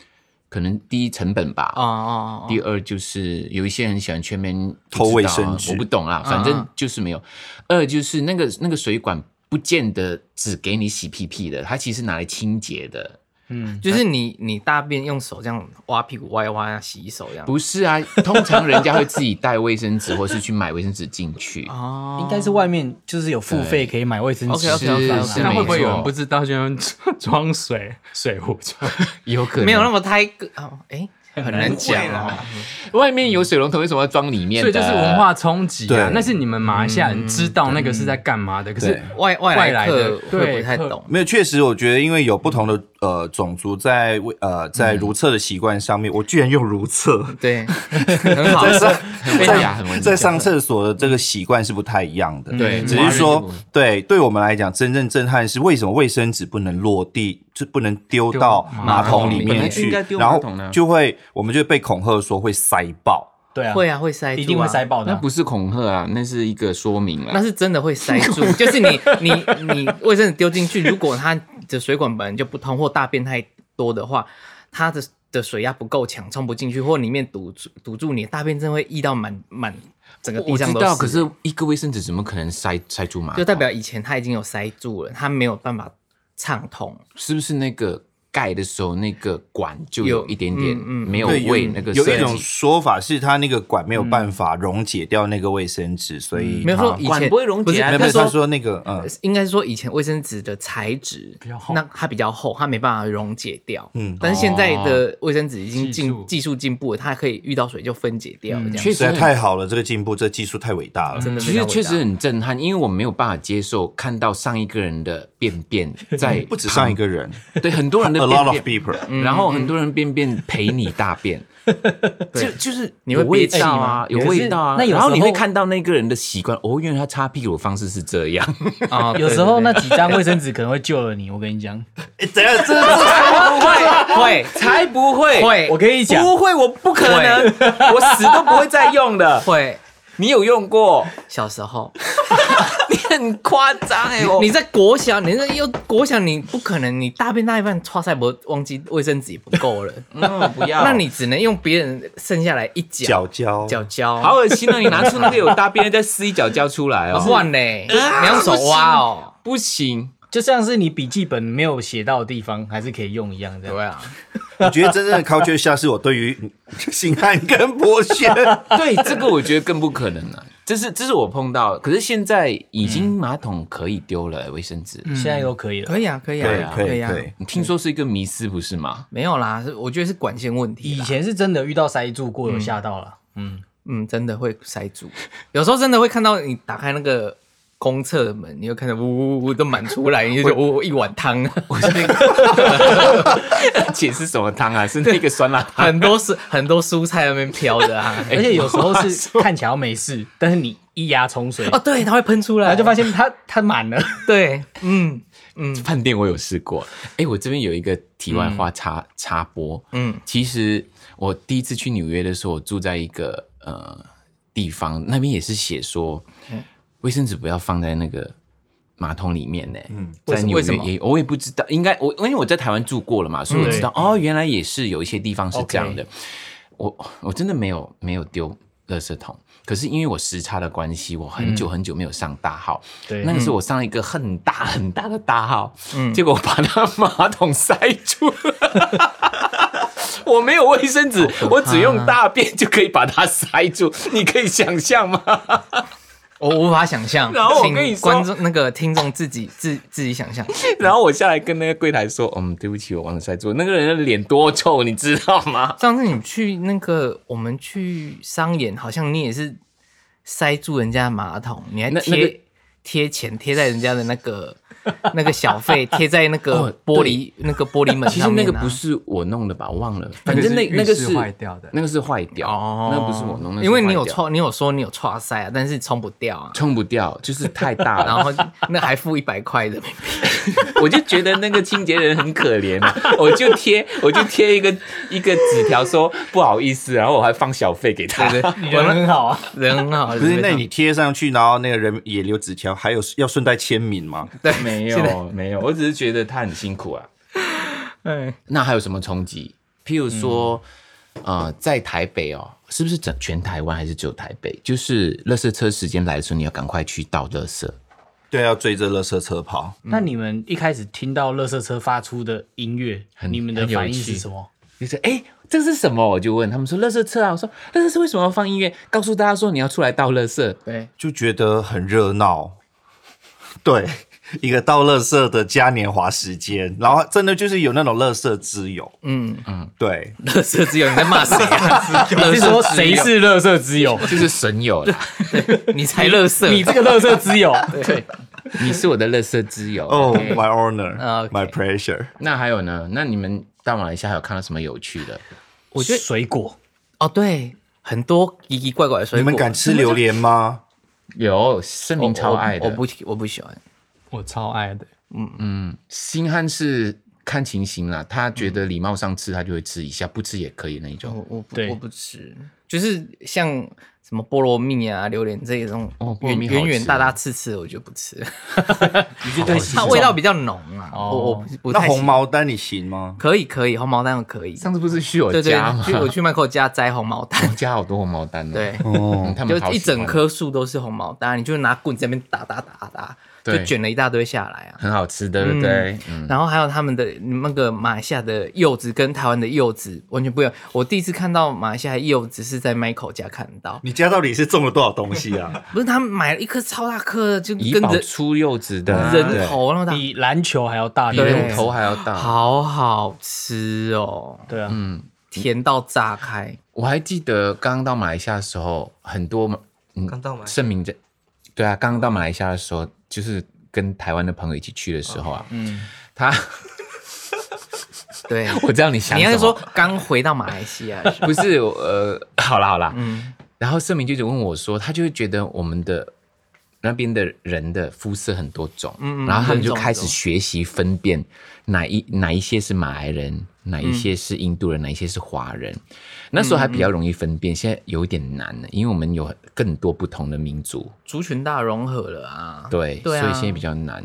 Speaker 2: 可能第一成本吧，
Speaker 3: 哦哦哦
Speaker 2: 第二就是有一些人喜欢全面
Speaker 6: 偷卫生
Speaker 2: 啊
Speaker 6: 纸
Speaker 2: 我不懂啦，反正就是没有。二就是那个那个水管不见得只给你洗屁屁的，它其实拿来清洁的。
Speaker 3: 哦，就是你你大便用手这样挖屁股挖一挖，洗手这样。
Speaker 2: 不是啊，通常人家会自己带卫生纸，或是去买卫生纸进去。
Speaker 3: 哦，
Speaker 4: 应该是外面就是有付费可以买卫生纸。
Speaker 2: 是是
Speaker 5: 那
Speaker 2: 没
Speaker 5: 会不会有人
Speaker 2: 错，
Speaker 5: 不知道就用装水水壶装？
Speaker 2: 有可能
Speaker 3: 没有那么太哦，哎，很难讲
Speaker 7: 不会
Speaker 3: 哦
Speaker 7: 啦。
Speaker 2: 外面有水龙头，为什么要装里面
Speaker 5: 所
Speaker 2: 的？啊
Speaker 5: 以就是文化冲击啊
Speaker 6: 对！
Speaker 5: 那是你们马来西亚人知道那个是在干嘛的，可
Speaker 4: 嗯
Speaker 5: 是
Speaker 6: 对
Speaker 3: 外
Speaker 5: 外
Speaker 3: 外
Speaker 5: 来
Speaker 3: 客
Speaker 5: 的
Speaker 3: 会
Speaker 5: 对
Speaker 3: 不太
Speaker 5: 客
Speaker 3: 懂。
Speaker 6: 没有，确实，我觉得因为有不同的呃种族在为呃在如厕的习惯上面，我居然用如厕，
Speaker 3: 对，很 好。
Speaker 2: 很文雅，很文雅。
Speaker 6: 在上厕所的这个习惯是不太一样的。
Speaker 2: 对
Speaker 6: 只
Speaker 2: 华
Speaker 6: 是
Speaker 2: 人
Speaker 6: 说
Speaker 2: 不
Speaker 6: 对对我们来讲，真正震撼是为什么卫生纸不能落地，就不能丢到马桶里
Speaker 2: 本来
Speaker 6: 面
Speaker 2: 就应
Speaker 6: 去
Speaker 2: 该丢，
Speaker 6: 然
Speaker 2: 马
Speaker 6: 后
Speaker 2: 桶呢
Speaker 6: 就会我们就被恐吓说会塞爆。
Speaker 4: 对啊，
Speaker 3: 会啊，会塞，
Speaker 4: 一定会塞。爆的
Speaker 2: 那
Speaker 4: 啊。
Speaker 2: 不是恐吓啊，那是一个说明
Speaker 3: 那
Speaker 2: 了。
Speaker 3: 是真的会塞住，就是你你你卫生纸丢进去，如果它的水管本来就不通或大便太多的话，它的的水压不够强，冲不进去，或里面堵住堵住你的大便，真的会溢到满满整个地
Speaker 2: 哦我知
Speaker 3: 上都
Speaker 2: 道，可是一个卫生纸怎么可能塞塞住马桶？啊
Speaker 3: 就代表以前它已经有塞住了，它没有办法畅通。
Speaker 2: 是不是那个盖的时候那个管就
Speaker 3: 有
Speaker 2: 有一点点
Speaker 3: 嗯嗯
Speaker 2: 没有
Speaker 6: 对，有
Speaker 2: 为那个
Speaker 6: 有
Speaker 2: 设
Speaker 6: 一种
Speaker 2: 计？
Speaker 6: 说法是它那个管没有办法溶解掉那个卫生纸，所以
Speaker 3: 嗯没有
Speaker 6: 它
Speaker 3: 说以前
Speaker 2: 管不会溶解啊
Speaker 3: 不是他
Speaker 6: 没有没有他
Speaker 3: 说。
Speaker 6: 说那个嗯
Speaker 3: 应该是说以前卫生纸的材质
Speaker 5: 比较厚
Speaker 3: 那它比较厚，它没办法溶解掉。
Speaker 6: 嗯
Speaker 3: 但是现在的卫生纸已经
Speaker 5: 技
Speaker 3: 进、
Speaker 5: 术
Speaker 3: 技术进步了，它可以遇到水就分解掉，这样
Speaker 2: 确
Speaker 6: 实
Speaker 2: 实
Speaker 6: 在
Speaker 2: 很
Speaker 6: 太好了，这个进步，这技术太伟大了。
Speaker 3: 真的
Speaker 2: 其
Speaker 3: 非
Speaker 2: 实
Speaker 3: 常伟
Speaker 2: 确
Speaker 3: 大
Speaker 2: 实很震撼，因为我没有办法接受看到上一个人的便便在
Speaker 6: 不止上一个人
Speaker 2: 对很多人
Speaker 6: ，a
Speaker 2: 的
Speaker 6: lot of 嗯
Speaker 2: 便便，
Speaker 6: people。
Speaker 2: 然后很多人便便陪你大 便，就就是
Speaker 3: 你会
Speaker 2: 有味
Speaker 3: 憋气
Speaker 2: 道啊
Speaker 3: 吗，
Speaker 2: 有
Speaker 4: 可是
Speaker 2: 味道啊，
Speaker 4: 那有
Speaker 2: 然后
Speaker 4: 时
Speaker 2: 你会
Speaker 4: 候
Speaker 2: 看到那个人的习惯，哦，原来他擦屁股的方式是这样，
Speaker 5: 哦
Speaker 3: 啊
Speaker 4: 有时候那几张卫生纸可能会救了你，我跟你讲，
Speaker 6: 哎，等一下，这这
Speaker 3: 会
Speaker 2: 才不会
Speaker 3: 会
Speaker 4: 我跟你讲，
Speaker 2: 不会，我不可能，我死都不会再用的。
Speaker 3: 会，
Speaker 2: 你有用 过？
Speaker 3: 小时候
Speaker 2: 你很夸张
Speaker 4: 欸
Speaker 2: 哎！我
Speaker 3: 你在国小，你在又国小，你不可能你大便大一半，刷塞不忘记卫生纸也不够了，
Speaker 2: 嗯不要，
Speaker 3: 那你只能用别人剩下来一角
Speaker 6: 角胶，
Speaker 3: 角胶，
Speaker 2: 好恶心哦！你拿出那个有大便的再撕一脚胶出来 哦，
Speaker 3: 换嘞，你用手挖哦，
Speaker 2: 不行，
Speaker 4: 就像是你笔记本没有写到的地方，还是可以用一样这样。
Speaker 3: 对啊，
Speaker 6: 我觉得真 正的 culture 下是我对于性汉跟剥削。
Speaker 2: 对这个我觉得更不可能了。这是这是我碰到，可是现在已经马桶可以丢了卫生纸，
Speaker 4: 现在都可以了。
Speaker 3: 嗯可以啊，可以
Speaker 6: 对
Speaker 3: 啊，，
Speaker 6: 可以，
Speaker 3: 啊
Speaker 6: 可，以。
Speaker 2: 你听说是一个迷思不是吗？
Speaker 3: 没有啦，是我觉得是管线问题
Speaker 4: 以
Speaker 3: 啦。
Speaker 4: 前是真的遇到塞住过，有吓到了。
Speaker 3: 嗯，真的会塞住，有时候真的会看到你打开那个公厕的门，你就看到呜呜呜呜都满出来，你就觉得哦一碗汤，
Speaker 2: 而且是什么汤啊？是那个酸辣汤。
Speaker 3: 很多蔬很多蔬菜在那边飘着啊。
Speaker 2: 哎
Speaker 4: 而且有时候是看起来 没事，但是你一压冲水，
Speaker 3: 哦，对，它会喷出
Speaker 4: 然
Speaker 3: 来，
Speaker 4: 后就发现它它满了。
Speaker 3: 对，嗯，嗯
Speaker 2: 饭店我有试过，哎，我这边有一个题外话插插播，嗯，其实我第一次去纽约的时候，我住在一个呃地方，那边也是写说，卫生纸不要放在那个马桶里面呢，嗯，在纽
Speaker 3: 为什
Speaker 2: 约
Speaker 3: 么
Speaker 2: 也我也不知道，应该我因为我在台湾住过了嘛，所以我知道哦，原来也是有一些地方是这样的，我我真的没有没有丢垃圾桶，可是因为我时差的关系，我很久很久没有上大号。
Speaker 4: 对
Speaker 2: 那个时候我上了一个很大很大的大号，结果我把那马桶塞住了。 我没有卫生纸，我只用大便就可以把它塞住，你可以想象吗？
Speaker 3: 我无法想象。
Speaker 2: 然后我
Speaker 3: 请
Speaker 2: 跟你说
Speaker 3: 观众那个听众自己自自己想象，
Speaker 2: 然后我下来跟那个柜台说：“嗯，对不起，我忘了塞住。”那个人的脸多臭，你知道吗？
Speaker 3: 上次你去那个我们去商演，好像你也是塞住人家的马桶，你还
Speaker 2: 那
Speaker 3: 贴
Speaker 2: 那个
Speaker 3: 贴钱贴在人家的那 个那个小费贴在那个
Speaker 2: 哦对
Speaker 3: 玻璃、那个玻璃 门
Speaker 2: 其实
Speaker 3: 上面、
Speaker 2: 那
Speaker 3: 啊。
Speaker 2: 个不是我弄的吧？忘了，反正那那
Speaker 5: 那个
Speaker 2: 个
Speaker 5: 是浴室
Speaker 2: 是
Speaker 5: 坏掉的
Speaker 2: 那个是坏掉，
Speaker 3: 哦，
Speaker 2: 那个不是我弄的，那是
Speaker 3: 因为你
Speaker 2: 坏
Speaker 3: 有
Speaker 2: 掉
Speaker 3: 创，你有说你有创塞啊，但是冲不掉啊。
Speaker 2: 冲不掉，就是太大 了。
Speaker 3: 然后那还付一百块的，
Speaker 2: 我就觉得那个清洁人很可怜啊， 我就贴我就贴一个一个纸条说不好意思，然后我还放小费给他。
Speaker 3: 对
Speaker 4: 你
Speaker 3: 对，
Speaker 4: 人很好啊，
Speaker 3: 人很好，
Speaker 6: 不
Speaker 3: 人
Speaker 6: 是，
Speaker 3: 非
Speaker 6: 那
Speaker 3: 常
Speaker 6: 你贴上去，然后那个人也留纸条，还有要顺带签名 吗？
Speaker 3: 对
Speaker 2: 没
Speaker 3: 现在
Speaker 2: 有没有，我只是觉得他很辛苦啊。
Speaker 3: 哎嗯
Speaker 2: 那还有什么冲击？譬如说，呃，在台北哦，是不是整全台湾还是只有台北？就是垃圾车时间来的时候，你要赶快去倒垃圾。
Speaker 6: 对，要追着垃圾车跑。
Speaker 3: 嗯
Speaker 4: 那你们一开始听到垃圾车发出的音乐，
Speaker 2: 很
Speaker 4: 你们的
Speaker 2: 很有
Speaker 4: 反应是
Speaker 2: 趣
Speaker 4: 什么？
Speaker 2: 就是哎、诶这是什么？我就问他们说，垃圾车啊，我说垃圾车为什么要放音乐？告诉大家说你要出来倒垃圾。
Speaker 3: 对，
Speaker 6: 就觉得很热闹。 对，一个倒垃圾的嘉年华时间，然后真的就是有那种垃圾之友。
Speaker 3: 嗯，
Speaker 6: 对，
Speaker 3: 乐色只有你在 骂谁啊？
Speaker 4: 你是说谁是垃圾 之友？
Speaker 2: 就是神友啦，
Speaker 3: 你才乐色，
Speaker 4: 你这个垃圾 之友，
Speaker 2: 你是我的垃圾之友
Speaker 6: 哦、
Speaker 2: OK
Speaker 6: m y honor,
Speaker 3: OK
Speaker 6: my pressure。
Speaker 2: 那还有呢？那你们到马来西亚还有看到什么有趣的？
Speaker 4: 我觉得水果
Speaker 3: 哦，对，很多奇奇怪怪的水果。
Speaker 6: 你们敢吃榴莲吗？
Speaker 2: 有，盛
Speaker 3: 我？
Speaker 2: 明超爱的。
Speaker 3: 哦我我不我不喜欢。
Speaker 5: 我超爱的。
Speaker 2: 星汉是看情形啦，他觉得礼貌上吃，他就会吃一下，不吃也可以那一种。
Speaker 3: 我我不
Speaker 4: 对
Speaker 3: 我不吃，就是像什么菠萝蜜啊、榴莲这一种
Speaker 2: 哦菠萝
Speaker 3: 圆
Speaker 2: 蜜好
Speaker 3: 圆圆
Speaker 2: 吃
Speaker 3: 大大刺刺的，我就不 吃。
Speaker 4: 你是对
Speaker 3: 它味道比较浓啊，
Speaker 4: 哦
Speaker 3: 我我不不
Speaker 6: 那
Speaker 3: 太喜
Speaker 6: 红毛丹你行 吗？
Speaker 3: 可以可以，红毛丹我可以。
Speaker 2: 上次不是去我
Speaker 3: 对对
Speaker 2: 家，吗？
Speaker 3: 去 我去麦克家摘红毛丹，
Speaker 2: 我家好多红毛丹哦。
Speaker 3: 对，
Speaker 2: 嗯， 他
Speaker 3: 就
Speaker 2: 们好喜欢
Speaker 3: 一整，棵树都是红毛丹，你就拿棍子在那边打打打打，就
Speaker 2: 对
Speaker 3: 卷了一大堆下来啊。
Speaker 2: 很好吃，对不对？嗯，
Speaker 3: 然后还有他们的那个马来西亚的柚子跟台湾的柚子完全不一样。我第一次看到马来西亚的柚子是在 Michael 家看到，
Speaker 6: 你家到底是种了多少东西啊？
Speaker 3: 不是他买了一颗超大颗的，就
Speaker 2: 怡
Speaker 3: 跟
Speaker 2: 宝
Speaker 3: 人
Speaker 2: 嗯出柚子的啊，
Speaker 3: 人头那么大，
Speaker 4: 比篮球还要大
Speaker 2: 比
Speaker 3: 对
Speaker 2: 人头还要大。
Speaker 3: 好好吃哦，
Speaker 4: 对啊，
Speaker 2: 嗯，
Speaker 3: 甜到炸开。
Speaker 2: 我还记得刚刚到马来西亚的时候，很多马嗯
Speaker 7: 刚到马来西
Speaker 2: 盛明在，对啊，刚刚到马来西亚的时候，就是跟台湾的朋友一起去的时候啊，嗯，他
Speaker 3: 对，
Speaker 2: 我知道你嗯想
Speaker 3: 你
Speaker 2: 什
Speaker 3: 要
Speaker 2: 么
Speaker 3: 是说刚回到马来西亚 的时候，
Speaker 2: 不是呃， 好啦好啦，
Speaker 3: 嗯，
Speaker 2: 然后盛明就一直问我说，他就会觉得我们的那边的人的肤色很多种，
Speaker 3: 嗯嗯嗯
Speaker 2: 然后他们就
Speaker 3: 人种
Speaker 2: 开始学习分辨哪一哪一些是马来人，哪一些是印
Speaker 3: 嗯
Speaker 2: 度人，哪一些是华人。那时候还比较容易分辨，现在有一点难
Speaker 3: 嗯
Speaker 2: 了，因为我们有更多不同的民族，
Speaker 3: 族群大融合了啊。
Speaker 2: 对，
Speaker 3: 对啊
Speaker 2: 所以现在比较难。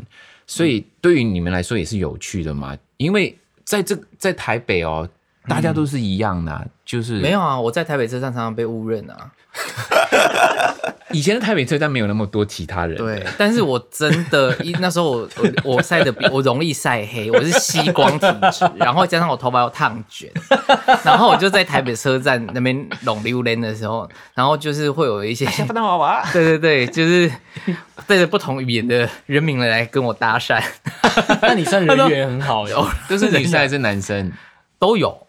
Speaker 2: 所以对于你们来说也是有趣的嘛，因为在这在台北哦，大
Speaker 3: 嗯
Speaker 2: 家都是一样的啊、就是
Speaker 3: 没有啊，我在台北车站常常被误认啊。
Speaker 2: 以前的台北车站没有那么多其他人，
Speaker 3: 对，但是我真的，一那时候我我我晒的比我容易晒黑，我是吸光体质，然后加上我头发又烫卷，然后我就在台北车站那边拢溜连的时候，然后就是会有一些
Speaker 2: 笨蛋娃娃，
Speaker 3: 对对对，就是带着不同语言的人民来跟我搭讪，
Speaker 4: 那你算人缘很好哟。
Speaker 2: 都是女生还是男生
Speaker 3: 都有，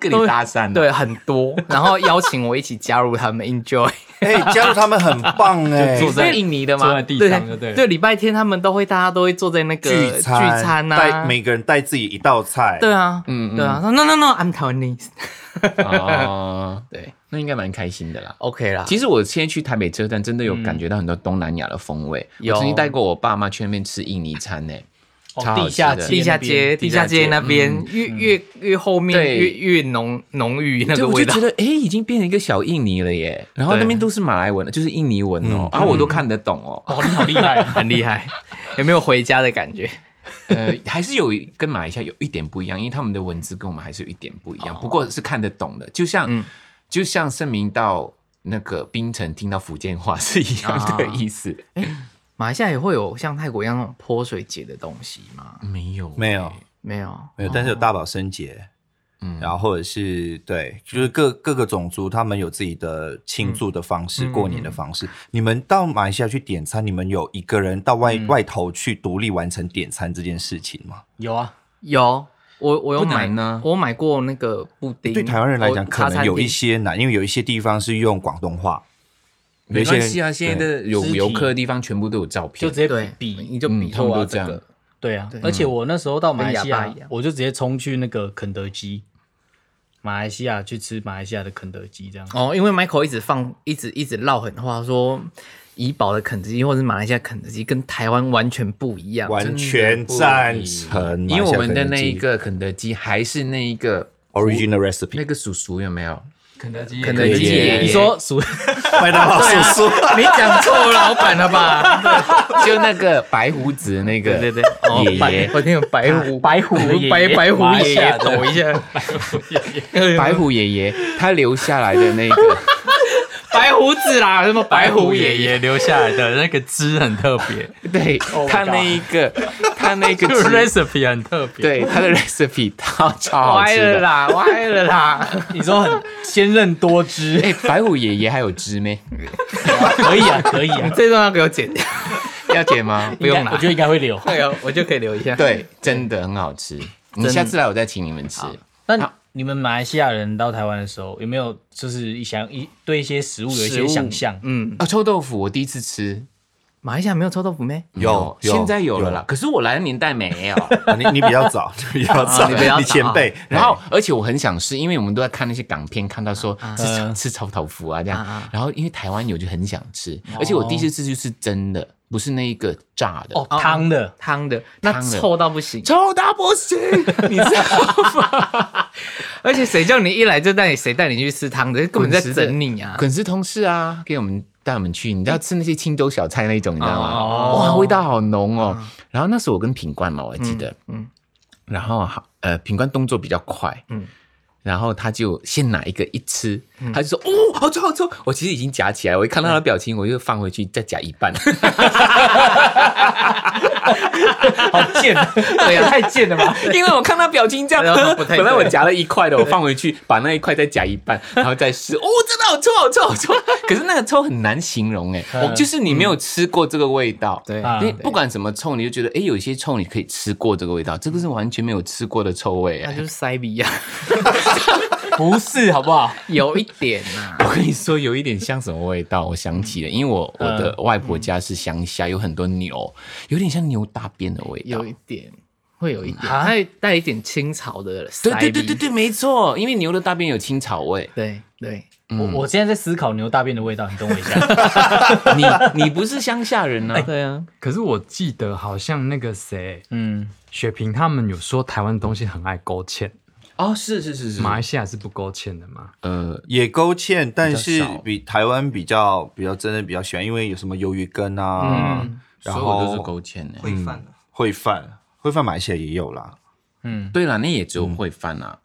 Speaker 2: 跟你搭讪？，
Speaker 3: 对，很多，然后邀请我一起加入他们 enjoy。
Speaker 6: 哎，加入他们很棒 哎，
Speaker 2: 坐在印尼的
Speaker 5: 坐
Speaker 2: 吗
Speaker 5: 在？地
Speaker 3: 对
Speaker 5: 上就对了。
Speaker 3: 对，礼拜天他们都会，大家都会坐在那个
Speaker 6: 聚餐
Speaker 3: 餐啊，
Speaker 6: 带每个人带自己一道菜，
Speaker 3: 对啊，
Speaker 2: 嗯嗯
Speaker 3: 对啊，说 no no no，I'm Taiwanese，
Speaker 2: 哦，
Speaker 3: 对
Speaker 2: 那应该蛮开心的啦。
Speaker 3: ，OK 啦，
Speaker 2: 其实我现在去台北车站，真的有感觉到很多东南亚的风味。
Speaker 3: 有
Speaker 2: 我曾经带过我爸妈去那边吃印尼餐呢、
Speaker 4: 哦
Speaker 2: 超好吃的
Speaker 4: 地
Speaker 3: 地下
Speaker 4: 下街
Speaker 3: 街，
Speaker 2: 啊地
Speaker 3: 地
Speaker 2: 下
Speaker 3: 下
Speaker 2: 街
Speaker 3: 街那边越越越后面
Speaker 2: 对
Speaker 3: 越越浓浓郁那
Speaker 2: 对，
Speaker 3: 个
Speaker 2: 我
Speaker 3: 味
Speaker 2: 就
Speaker 3: 道
Speaker 2: 觉，得哎、诶已经变成一个小印尼了耶。然后那边都是马来文的，就是印尼文哦，啊，我都看得懂哦。
Speaker 4: 哦，你好厉害 啊！
Speaker 3: 很厉害，有没有回家的感觉？
Speaker 2: 呃， 还是有跟马来西亚有一点不一样，因为他们的文字跟我们还是有一点不一样，不过是看得懂的。就像、就像盛明到那个槟城听到福建话是一样的意思，
Speaker 3: 马来西亚也会有像泰国一样那种泼水节的东西吗？
Speaker 2: 没有欸
Speaker 6: 没有
Speaker 3: 没有，
Speaker 6: 没有，
Speaker 3: 哦
Speaker 6: 但是有大保生节，
Speaker 2: 嗯
Speaker 6: 嗯，然后或者是对，就是各各个种族他们有自己的庆
Speaker 2: 嗯
Speaker 6: 祝的方
Speaker 3: 嗯
Speaker 6: 式，过年的方式。你们到马来西亚去点餐，你们有一个人到外、
Speaker 3: 嗯
Speaker 6: 外头去独立完成点餐这件事情吗？
Speaker 4: 有啊，
Speaker 3: 有。我我有
Speaker 2: 不
Speaker 3: 买
Speaker 2: 难呢
Speaker 3: 我买过那个布
Speaker 2: 嗯
Speaker 3: 丁。
Speaker 6: 对台湾人来讲，
Speaker 3: 我
Speaker 6: 可
Speaker 3: 茶餐
Speaker 6: 能有一
Speaker 3: 厅
Speaker 6: 些难，因为有一些地方是用广东话，有
Speaker 2: 没
Speaker 6: 一些
Speaker 2: 关系
Speaker 6: 人
Speaker 2: 啊，现在的有
Speaker 4: 肢体
Speaker 2: 游客的地方全部都有照片
Speaker 4: 就直，接
Speaker 3: 对
Speaker 4: 比
Speaker 3: 你就
Speaker 2: 嗯
Speaker 3: 比
Speaker 2: 他们
Speaker 3: 作啊
Speaker 2: 都这样
Speaker 3: 个
Speaker 4: 对啊
Speaker 3: 对，
Speaker 4: 而
Speaker 5: 嗯
Speaker 4: 且我那时候到马来西
Speaker 3: 跟哑
Speaker 4: 亚
Speaker 3: 巴一样，
Speaker 4: 我就直接冲去那个肯德基，马来西亚去吃马来西亚的肯德基，这样。
Speaker 3: 哦，因为 Michael 一直放，一直一直唠狠话，说怡宝的肯德基或者是马来西亚肯德基跟台湾完全不一样。
Speaker 6: 完全赞成马来西亚肯德基，
Speaker 2: 因为我们的那一个肯德基还是那一个
Speaker 6: original recipe，
Speaker 2: 那个叔叔有没有？
Speaker 5: 肯德基，
Speaker 3: 肯德基
Speaker 2: 爷爷
Speaker 4: 你说属
Speaker 6: 麦当劳
Speaker 2: 啊
Speaker 6: 叔叔，
Speaker 3: 你讲错老板了 吧？
Speaker 2: 就那个白胡子的那个，
Speaker 3: 对对对，哦
Speaker 2: 爷爷
Speaker 3: 白我听有白虎
Speaker 4: 白虎的爷
Speaker 3: 白
Speaker 4: 爷
Speaker 3: 白虎
Speaker 4: 马来
Speaker 3: 爷
Speaker 4: 西亚
Speaker 3: 爷
Speaker 4: 的
Speaker 3: 抖一下，
Speaker 2: 白虎爷爷他留下来的那个，
Speaker 3: 白胡子啦，什么白虎爷爷？
Speaker 5: 留下来的那个汁很特 别
Speaker 2: 对
Speaker 4: my
Speaker 2: 他那一个 他那个
Speaker 5: 就是
Speaker 2: 汁
Speaker 5: ，recipe 很特别。
Speaker 2: 对他的 recipe 超超好
Speaker 3: 歪
Speaker 2: 吃
Speaker 3: 了
Speaker 2: 的。
Speaker 3: 啦，歪了啦！
Speaker 4: 你说很鲜嫩多 汁，
Speaker 2: 哎，白虎爷爷还有汁 咩？
Speaker 4: 可以啊，可以啊，
Speaker 3: 这段要给我剪 掉，
Speaker 2: 要剪吗？
Speaker 3: 不用
Speaker 4: 应该我
Speaker 3: 啦
Speaker 4: 觉，得应该会留。
Speaker 3: 对哦，我就可以留一下。
Speaker 2: 对，真的很好吃。你下次来我再请你们吃。
Speaker 4: 那你们马来西亚人到台湾的时候，有没有就是一想一对一些食物有一
Speaker 2: 食
Speaker 4: 些
Speaker 2: 物
Speaker 4: 想象？
Speaker 3: 嗯，
Speaker 2: 哦，臭豆腐我第一次吃，
Speaker 3: 马来西亚没有臭豆腐咩？
Speaker 2: 没
Speaker 6: 有
Speaker 2: 现在有了啦，可是我来的年代 没有。
Speaker 6: 你你比较早，你比较早，
Speaker 3: 你比较早
Speaker 6: 啊你前辈，
Speaker 2: 然后，而且我很想吃，因为我们都在看那些港片，看到说吃炒吃臭豆腐啊呃啊这哦样
Speaker 3: 啊。
Speaker 2: 然后因为台湾有，就很想吃。而且我第一次吃就是真的，不是那一个炸的。
Speaker 4: 哦，汤的，
Speaker 3: 汤的，那
Speaker 2: 汤的
Speaker 3: 臭到不行。
Speaker 2: 臭到不行， 你知道吗？
Speaker 3: 而且谁叫你一来就带你，谁带你去吃汤的，根本在整你啊！
Speaker 2: 滚石同事啊，给我们带我们去，你知道吃那些清粥小菜那种，你知道吗？
Speaker 4: 哦
Speaker 2: 哇，味道好浓哦。然后那时候我跟品冠嘛，我还记得，嗯，
Speaker 3: 嗯
Speaker 2: 然后好呃，品冠动作比较快，嗯
Speaker 3: 嗯。
Speaker 2: 然后他就先拿一个一吃，他就说：“哦，好臭好臭！”我其实已经夹起来，我一看到他的表情，我就放回去再夹一半。
Speaker 4: 好贱，对
Speaker 3: 啊
Speaker 4: 呀，太贱了吧？
Speaker 2: 因为我看他表情这样
Speaker 3: 哎 呦，不太
Speaker 2: 本来我夹了一块的，我放回去，把那一块再夹一半，然后再 试。哦，真的好臭，好臭，好臭！可是那个臭很难形容 哎，我就是你没有吃过这个味道，
Speaker 3: 嗯对
Speaker 2: 因为不管怎么臭，你就觉得哎，有些臭你可以吃过这个味道，这个是完全没有吃过的臭味
Speaker 3: 那
Speaker 2: 哎。
Speaker 3: 就是塞比 亚，
Speaker 4: 不是，好不好？
Speaker 3: 有一点啊呐、
Speaker 2: 我跟你说，有一点像什么味道？我想起了，因为我我
Speaker 3: 嗯
Speaker 2: 的外婆家是乡下，有很多牛，有点像牛大便的味道
Speaker 3: 有。一点，会有一点，它会带一点清朝的塞
Speaker 2: 对
Speaker 3: 比，
Speaker 2: 对对对对，没错，因为牛的大便有青草味。
Speaker 3: 对对
Speaker 4: 我我现在在思考牛大便的味道，你等我一下。
Speaker 2: 你你不是乡下人 呢？
Speaker 3: 对啊！
Speaker 5: 可是我记得好像那个谁，
Speaker 4: 嗯，
Speaker 5: 雪萍他们有说台湾的东西很爱勾芡，
Speaker 2: 哦，是是是是，
Speaker 5: 马来西亚是不勾芡的吗？
Speaker 2: 呃，
Speaker 6: 也勾芡，但
Speaker 2: 比
Speaker 6: 是
Speaker 2: 较少
Speaker 6: 比台湾比较比较真的比较喜欢，因为有什么鱿鱼羹啊，然
Speaker 2: 所有都是
Speaker 6: 后
Speaker 2: 勾芡的。
Speaker 7: 会犯的。
Speaker 6: 烩饭，烩饭马来西亚也有啦，嗯
Speaker 2: 对了，那也只有烩饭啊，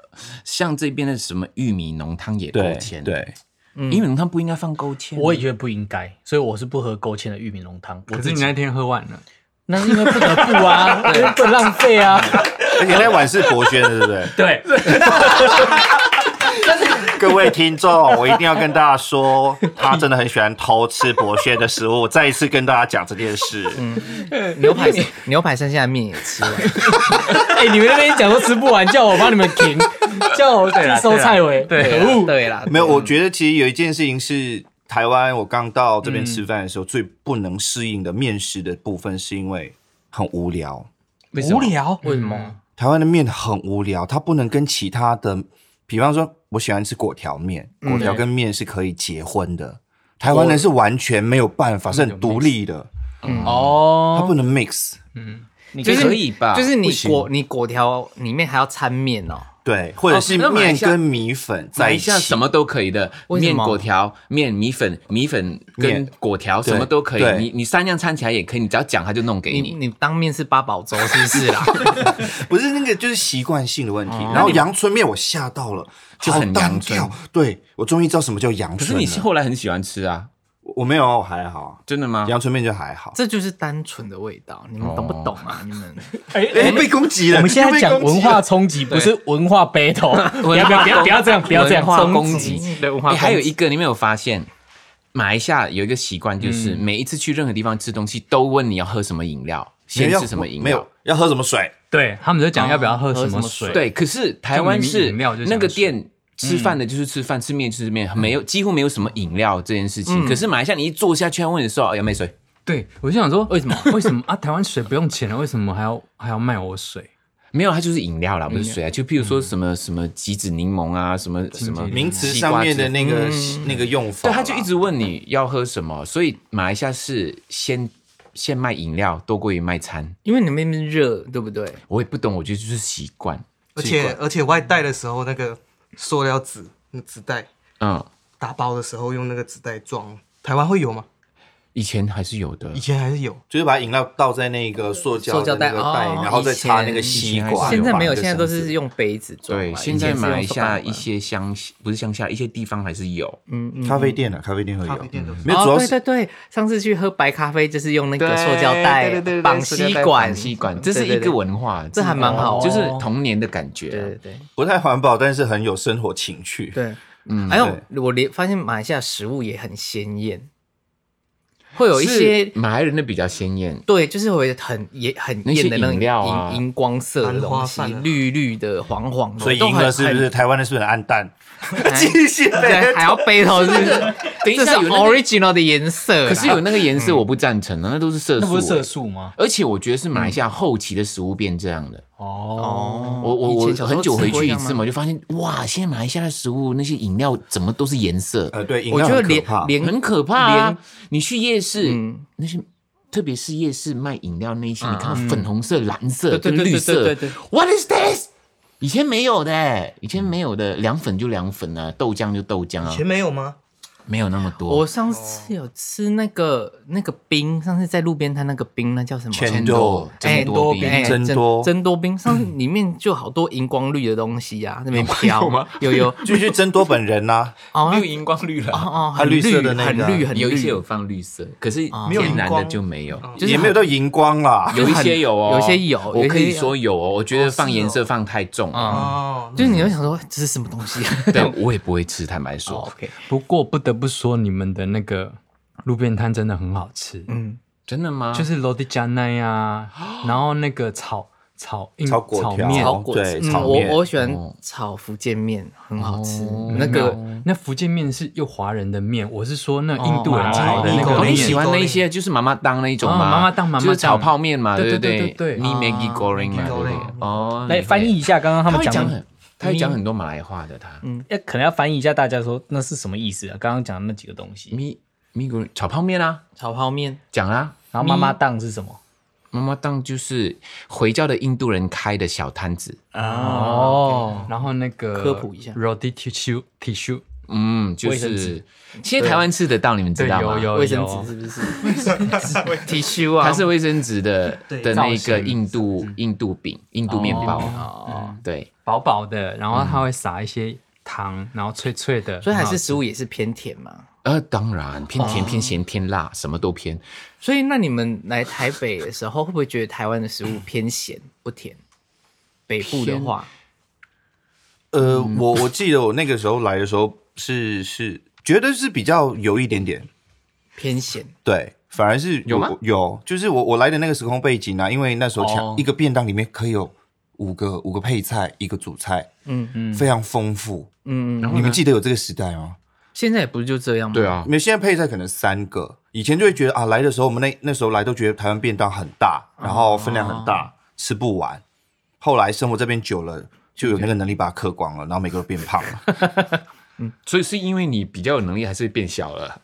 Speaker 2: 像这边的什么玉米浓汤也勾
Speaker 6: 对
Speaker 2: 芡，，
Speaker 6: 对，
Speaker 2: 因为浓汤不应该放勾芡。啊
Speaker 4: 我也觉得不应该，所以我是不喝勾芡的玉米浓汤。我
Speaker 5: 可
Speaker 4: 自
Speaker 5: 是
Speaker 4: 己
Speaker 5: 你那天喝完了，
Speaker 4: 那是因为不得不啊，因为不能浪费啊。
Speaker 6: 而且那碗是博轩的，对不 对？
Speaker 4: 对，
Speaker 6: 各位听众，我一定要跟大家说，他真的很喜欢偷吃博轩的食物。我再一次跟大家讲这件事，
Speaker 3: 牛 排剩牛排剩下的面也吃了，
Speaker 4: 哎，你们那边讲说吃不完，叫我帮你们停，叫我去收菜尾。对，可恶。
Speaker 3: 对啦，
Speaker 6: 没有。我觉得其实有一件事情是台湾，我刚到这边吃饭的时候、最不能适应的面食的部分，是因为很无聊。
Speaker 7: 无聊，嗯
Speaker 4: 为什么？
Speaker 6: 台湾的面很无聊，它不能跟其他的，比方说，我喜欢吃粿条面，粿条跟面是可以结婚的。台湾人是完全没有办法，是很独立的，
Speaker 3: 嗯
Speaker 6: 它
Speaker 4: 哦，
Speaker 6: 不能 mix。
Speaker 2: 你
Speaker 3: 就是
Speaker 2: 可以吧？
Speaker 3: 就是你
Speaker 6: 不行
Speaker 3: 果你果条里面还要掺面哦，
Speaker 6: 对，或者是
Speaker 2: 那马来
Speaker 6: 面
Speaker 2: 西亚
Speaker 6: 跟米粉在
Speaker 2: 买
Speaker 6: 一
Speaker 2: 一
Speaker 6: 起
Speaker 2: 下，什么都可以的，
Speaker 3: 为什
Speaker 2: 面
Speaker 3: 么
Speaker 2: 果条、面米粉、米粉跟
Speaker 6: 面
Speaker 2: 果条什么
Speaker 6: 对
Speaker 2: 都可以，
Speaker 6: 对
Speaker 2: 你你三样掺起来也可以，你只要讲他就弄给
Speaker 3: 你
Speaker 2: 你。
Speaker 3: 你当面是八宝粥是不是 啦？
Speaker 6: 不是那个就是习惯性的问题。然后阳春面我吓到了，
Speaker 2: 就
Speaker 6: 好
Speaker 2: 很
Speaker 6: 单
Speaker 2: 阳春
Speaker 6: 调。对我终于知道什么叫阳
Speaker 2: 可是
Speaker 6: 春
Speaker 2: 你
Speaker 6: 了。
Speaker 2: 后来很喜欢啊吃啊，
Speaker 6: 我我没有，我还好，
Speaker 2: 真的吗？
Speaker 6: 阳春面就还好。
Speaker 3: 这就是单纯的味道，你们懂不懂
Speaker 2: 哦
Speaker 3: 啊？你 们
Speaker 4: 哎
Speaker 6: 哎，被攻击了！
Speaker 4: 我们现在
Speaker 6: 又被攻
Speaker 4: 讲
Speaker 6: 击了
Speaker 4: 文化冲击，不是文化 battle。不要不要不要不要这样，不要这样
Speaker 2: 文化
Speaker 4: 冲
Speaker 2: 攻击。
Speaker 3: 对文
Speaker 2: 哎还有一个，你没有发现？马来西亚有一个习惯，
Speaker 6: 嗯
Speaker 2: 就是每一次去任何地方吃东西，都问你要喝什么饮料，先
Speaker 6: 没有
Speaker 2: 吃什么饮料。
Speaker 6: 没有要喝什么水？
Speaker 5: 对他们就讲要不要喝
Speaker 3: 喝
Speaker 5: 什
Speaker 3: 什
Speaker 5: 么
Speaker 3: 么
Speaker 5: 水，
Speaker 4: 哦
Speaker 2: 对，可是台湾
Speaker 5: 就
Speaker 2: 是
Speaker 5: 明明饮料就
Speaker 2: 那个
Speaker 5: 想吃嗯
Speaker 2: 店吃饭的就是吃饭，吃面就是面，没有几乎没有什么饮料这件事情。可是马来西亚你一坐下去要问的时候，哦有没有水？
Speaker 5: 对，我就想说，为什么？为什么啊？台湾水不用钱了，为什么还要还要卖我水？
Speaker 2: 没有，它就是饮料啦，不是
Speaker 5: 嗯
Speaker 2: 水啊。就譬如说什么什么橘子柠檬啊，什么什么
Speaker 5: 柠檬
Speaker 6: 名词上面的那个那个用法
Speaker 2: 对，
Speaker 6: 啦，
Speaker 2: 他就一直问你要喝什么，所以马来西亚是先先卖饮料多过于卖餐。
Speaker 3: 因为你们那边热，对不对？
Speaker 2: 我也不懂，我觉得就是习惯。
Speaker 7: 而且而且外带的时候那个塑料纸，那纸袋
Speaker 2: 嗯，
Speaker 7: 打包的时候用那个纸袋装，台湾会有吗？
Speaker 2: 以前还是有的
Speaker 7: 以，前还是有，
Speaker 6: 就是把饮料倒在那个塑胶
Speaker 3: 塑胶
Speaker 6: 的
Speaker 3: 袋
Speaker 6: 那个袋，
Speaker 3: 哦
Speaker 6: 然后再插那个
Speaker 2: 以
Speaker 6: 吸
Speaker 2: 前哎呦
Speaker 6: 管。
Speaker 3: 现在没有，
Speaker 6: 把那个
Speaker 3: 现在都
Speaker 6: 绳
Speaker 3: 是
Speaker 6: 子
Speaker 3: 用杯子装嘛。
Speaker 2: 对。
Speaker 3: 啊以
Speaker 2: 现在
Speaker 3: 前是
Speaker 2: 马来
Speaker 3: 用
Speaker 2: 西
Speaker 3: 手把
Speaker 2: 亚
Speaker 3: 嘛
Speaker 2: 一些乡不是乡下，一些地方还是有。
Speaker 6: 咖啡店啊，咖啡店会
Speaker 7: 咖啡
Speaker 6: 有，
Speaker 7: 店都是。
Speaker 6: 没有主
Speaker 3: 嗯
Speaker 6: 要
Speaker 3: 哦、
Speaker 6: 是
Speaker 3: 对对对，上次去喝白咖啡就是用那个
Speaker 2: 对
Speaker 3: 塑胶
Speaker 2: 对
Speaker 3: 袋
Speaker 2: 对对对
Speaker 3: 绑
Speaker 2: 塑胶
Speaker 3: 吸
Speaker 2: 袋
Speaker 3: 管，
Speaker 2: 绑吸管，这是一
Speaker 3: 对对
Speaker 2: 个
Speaker 3: 对
Speaker 2: 文化，
Speaker 3: 这还蛮好
Speaker 2: 就是
Speaker 3: 哦
Speaker 2: 童年的感觉。啊
Speaker 3: 对对对
Speaker 6: 不太环保，但是很有生活情趣。
Speaker 3: 对，嗯
Speaker 2: 嗯
Speaker 3: 还有我连发现马来西亚食物也很鲜艳，会有一些
Speaker 2: 是马来人的比较鲜艳，
Speaker 3: 对，就是会很也很
Speaker 2: 那些
Speaker 3: 艳的那种
Speaker 2: 饮料啊
Speaker 3: 荧荧光色的
Speaker 7: 兰花
Speaker 3: 东西，
Speaker 7: 饭啊
Speaker 3: 绿绿的、黄黄的，
Speaker 6: 所以
Speaker 3: 都
Speaker 6: 赢了
Speaker 3: 很
Speaker 6: 是不是？？台湾的是不是很暗 淡？
Speaker 3: 很
Speaker 6: 继续
Speaker 3: 对，还要背头是不是？
Speaker 2: 等一
Speaker 3: 这
Speaker 2: 下
Speaker 3: 是
Speaker 2: 有那个
Speaker 3: original 的颜色啦，
Speaker 2: 可是有那个颜
Speaker 3: 嗯
Speaker 2: 色我不赞成啊，那都是色素，
Speaker 4: 那不是色。素吗？
Speaker 2: 而且我觉得是马来西亚后期的食物变这样的。
Speaker 4: 哦，
Speaker 2: 我我
Speaker 3: 嗯以
Speaker 2: 我
Speaker 3: 前小时候
Speaker 2: 很久回
Speaker 3: 吃过
Speaker 2: 去
Speaker 3: 一
Speaker 2: 一
Speaker 3: 样吗
Speaker 2: 次嘛，我就发现哇，现在马来西亚的食物那些饮料怎么都是颜色，
Speaker 6: 呃，对，饮
Speaker 3: 我
Speaker 6: 料
Speaker 3: 觉得
Speaker 6: 很可
Speaker 3: 连
Speaker 6: 怕。
Speaker 3: 连
Speaker 2: 很可怕啊
Speaker 3: 连！
Speaker 2: 你去夜市
Speaker 3: 嗯啊
Speaker 2: 那些。特别是夜市卖饮料那些，你看到粉红色、蓝色
Speaker 3: 对对
Speaker 2: 跟
Speaker 3: 对
Speaker 2: 绿
Speaker 3: 对
Speaker 2: 色
Speaker 3: 对对对
Speaker 2: ，What is this？以前没有的，以前没有的，凉粉就凉粉啊，豆浆就豆浆啊
Speaker 7: 以前，没有吗？
Speaker 2: 没有那么
Speaker 3: 我
Speaker 2: 多。
Speaker 3: 上次有吃那个那个冰，上次在路边摊那个冰，那叫什么？
Speaker 6: 全
Speaker 2: 多真多冰
Speaker 3: 哎
Speaker 6: 真
Speaker 3: 真
Speaker 6: 多
Speaker 3: 真多 冰，上次里面就好多荧光绿的东西呀、啊，那边 飘吗？有有
Speaker 6: 就去争夺本人啊啦，
Speaker 3: 哦
Speaker 2: 没
Speaker 3: 那
Speaker 2: 有荧光绿
Speaker 3: 哦
Speaker 2: 了，
Speaker 3: 哦，
Speaker 6: 它
Speaker 3: 很
Speaker 6: 绿色的那个啊
Speaker 3: 很绿很绿，
Speaker 2: 有一些有放绿色，可是
Speaker 7: 没有
Speaker 2: 天然
Speaker 7: 荧
Speaker 2: 的
Speaker 7: 光
Speaker 2: 就没有。
Speaker 3: 就是
Speaker 6: 也没有到荧光啦。
Speaker 2: 有一些有哦，
Speaker 3: 嗯有一些有
Speaker 2: 我可
Speaker 3: 有一
Speaker 2: 以
Speaker 3: 些有
Speaker 2: 说有哦。我觉得放颜
Speaker 7: 是
Speaker 2: 色放太重了，
Speaker 3: 啊、
Speaker 6: 嗯
Speaker 7: 哦，
Speaker 3: 就是你会想说这是什么东西、啊？
Speaker 2: 对我也不会吃，坦白说。
Speaker 3: ，OK，
Speaker 5: 不过不得不说，你们的那个路边摊真的很好吃，
Speaker 3: 嗯，
Speaker 2: 真的吗？
Speaker 5: 就是罗迪加奈呀，然后那个炒炒硬
Speaker 6: 炒粿条
Speaker 5: 面，
Speaker 6: 炒
Speaker 3: 果
Speaker 6: 对
Speaker 3: 嗯
Speaker 6: 炒
Speaker 3: 我
Speaker 6: 面
Speaker 3: 我喜欢
Speaker 2: 哦
Speaker 3: 炒福建面，很好吃。
Speaker 2: 哦
Speaker 3: 那个
Speaker 5: 那福建面是又华人的面，我是说那印度人
Speaker 7: 哦
Speaker 5: 炒的那
Speaker 7: 哦
Speaker 5: 个
Speaker 2: 哦，
Speaker 7: 哦
Speaker 2: 你
Speaker 5: 面，
Speaker 2: 喜欢那一些就是妈妈当那一种吗？
Speaker 5: 哦妈妈档妈妈档
Speaker 2: 就是炒泡面嘛，
Speaker 5: 对
Speaker 2: 不
Speaker 5: 对
Speaker 2: 对
Speaker 5: 对对对哦
Speaker 2: 你 Maggie Goreng 嘛，
Speaker 7: Maggi
Speaker 2: 对不
Speaker 7: goreng
Speaker 2: 对？哦，
Speaker 4: 来
Speaker 5: 哎
Speaker 2: 你会
Speaker 4: 翻译，一下刚刚
Speaker 2: 他
Speaker 4: 他们
Speaker 2: 会讲
Speaker 4: 讲的，
Speaker 2: 很，他会讲很多马来话的，他
Speaker 5: 嗯
Speaker 4: 要哎可能要翻译一下大家说那是什么意思啊？刚刚讲的那几个东西，
Speaker 2: 咪咪 goreng 炒泡面啊，
Speaker 3: 炒泡面，
Speaker 2: 讲啦。
Speaker 4: 然后妈妈档是什么？
Speaker 2: 妈妈档就是回教的印度人开的小摊子，
Speaker 4: 哦，
Speaker 5: 然后那个
Speaker 3: 科普一下
Speaker 5: 罗迪 tissue tissue，
Speaker 2: 嗯，就
Speaker 4: 卫生纸
Speaker 2: 是现在台湾吃得到，你们知
Speaker 5: 对，
Speaker 2: 道
Speaker 5: 有
Speaker 2: 吗？
Speaker 5: 有
Speaker 3: 卫生
Speaker 5: 有
Speaker 3: 纸是不是？ 提修啊，
Speaker 2: 它是卫生纸的
Speaker 7: 对
Speaker 2: 的那
Speaker 5: 造
Speaker 2: 个
Speaker 5: 型
Speaker 2: 印
Speaker 5: 哦
Speaker 2: 度印度饼、印度面包，对，
Speaker 5: 薄薄的，然后它会撒一些糖，然后脆脆的，
Speaker 3: 所以韩
Speaker 5: 很好
Speaker 3: 式
Speaker 5: 吃
Speaker 3: 食物也是偏甜嘛。
Speaker 2: 呃，当然偏
Speaker 5: 哦
Speaker 2: 甜、偏咸、偏辣，什么都偏。
Speaker 3: 所以那你们来台北的时候，会不会觉得台湾的食物偏咸不甜？北部的话，
Speaker 6: 呃，我我记得我那个时候来的时候是是觉得是比较有一点点，
Speaker 3: 偏咸
Speaker 6: 对，反而是
Speaker 2: 有吗
Speaker 6: 我有，就是我我来的那个时空背景啊，因为那时候
Speaker 2: 哦
Speaker 6: 抢一个便当里面可以有五个五个配菜，一个主菜，
Speaker 3: 嗯
Speaker 6: 嗯嗯，非常丰富。
Speaker 3: 嗯，
Speaker 6: 你们记得有这个时代吗？
Speaker 3: 现在也不是就这样吗？
Speaker 2: 对，啊
Speaker 6: 你，们现在配菜可能三个，以前就会觉得啊，来的时候我们那那时候来都觉得台湾便当很大，然后分量很大，吃不完。后来生活这边久了，就有那个能力把它嗑光了，然后每个都变胖 了。
Speaker 2: 所以是因为你比较有能力，还是变小了？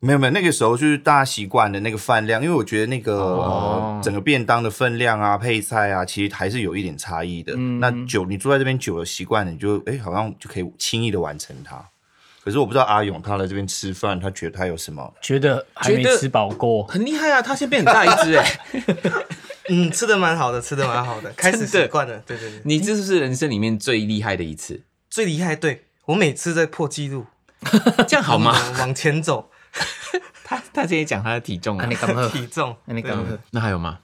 Speaker 6: 没有没有，那个时候就是大家习惯的那个饭量，因为我觉得那个、呃整个便当的分量啊、配菜啊，其实还是有一点差异的。那久你坐在这边久了习惯了，你就哎好像就可以轻易的完成它。可是我不知道阿勇他来这边吃饭，他觉得他有什么？
Speaker 4: 觉得还没
Speaker 2: 觉得
Speaker 4: 吃饱够，
Speaker 2: 很厉害啊，它现在变很大一只哎、
Speaker 7: 嗯，吃的蛮好的，吃的蛮 好的，开始习惯了。对对对，
Speaker 2: 你这是不是人生里面最厉害的一次？
Speaker 7: 最厉害，对我每次在破纪录，
Speaker 2: 这样好吗？
Speaker 7: 往往前 走，
Speaker 2: 他他之前讲他的体重
Speaker 3: 那
Speaker 2: 啊
Speaker 3: 你，干嘛？
Speaker 7: 体重。
Speaker 3: 那你干嘛？
Speaker 2: 那还有吗？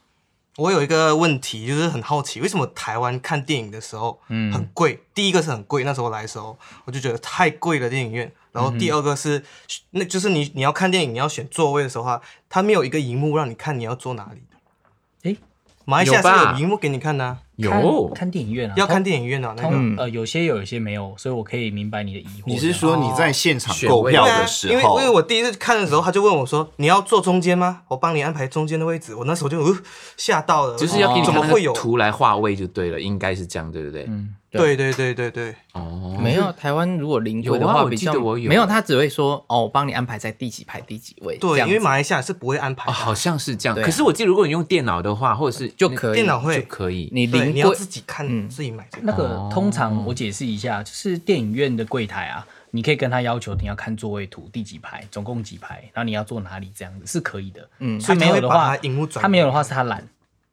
Speaker 7: 我有一个问题，就是很好奇，为什么台湾看电影的时候，嗯，很贵？第一个是很贵，那时候来的时候，我就觉得太贵了电影院。然后第二个是，
Speaker 2: 嗯
Speaker 7: 那就是你你要看电影，你要选座位的时候啊，它没有一个荧幕让你看你要坐哪里的。
Speaker 4: 诶
Speaker 7: 马来西亚
Speaker 2: 有吧
Speaker 7: 是有荧幕给你看的啊、
Speaker 2: 有
Speaker 4: 看看电影院啊，
Speaker 7: 要看
Speaker 4: 通。
Speaker 7: 电影院的、啊、那个。
Speaker 4: 通呃，有些有，有些没有，所以我可以明白你的疑惑。
Speaker 6: 你是说你在现场购
Speaker 2: 到
Speaker 6: 票
Speaker 7: 对啊
Speaker 6: 的时
Speaker 7: 因为因
Speaker 6: 候？
Speaker 7: 为我第一次看的时候，他就问我说：“你要坐中间吗？我帮你安排中间的位置。”我那时候就呃吓到了，哦
Speaker 2: 就是要给你
Speaker 7: 怎
Speaker 2: 看
Speaker 7: 么
Speaker 2: 那
Speaker 7: 会有
Speaker 2: 个？图来划位就对了，应该是这样，对不对？嗯，
Speaker 7: 对对对对对，
Speaker 2: 哦，
Speaker 3: 没有，台湾如果零
Speaker 2: 有
Speaker 3: 贵的
Speaker 2: 啊
Speaker 3: 话，
Speaker 2: 我
Speaker 3: 比
Speaker 2: 记
Speaker 3: 较
Speaker 2: 得我有
Speaker 3: 没有，他只会说哦，我帮你安排在第几排第几位，这
Speaker 7: 对，
Speaker 3: 样
Speaker 7: 因为
Speaker 3: 子
Speaker 7: 马来西亚是不会安排
Speaker 2: 哦，
Speaker 7: 的，
Speaker 2: 好像是这样。
Speaker 3: 对啊
Speaker 2: 可是我记得，如果你用电脑的话，或者是
Speaker 3: 就
Speaker 2: 那
Speaker 3: 可以
Speaker 7: 电脑会
Speaker 2: 就可以。
Speaker 3: 你
Speaker 7: 对
Speaker 3: 零
Speaker 7: 你要
Speaker 3: 贵
Speaker 7: 自己看，自己买这个。
Speaker 4: 那个通常我解释一下，就是电影院的柜台啊，你可以跟他要求你要看座位图第几排，总共几排，然后你要坐哪里，这样子是可以的。嗯，
Speaker 7: 所
Speaker 4: 他
Speaker 7: 以
Speaker 4: 没有的
Speaker 7: 他会把
Speaker 4: 话，
Speaker 7: 它荧幕转
Speaker 4: 他没有的话是他懒，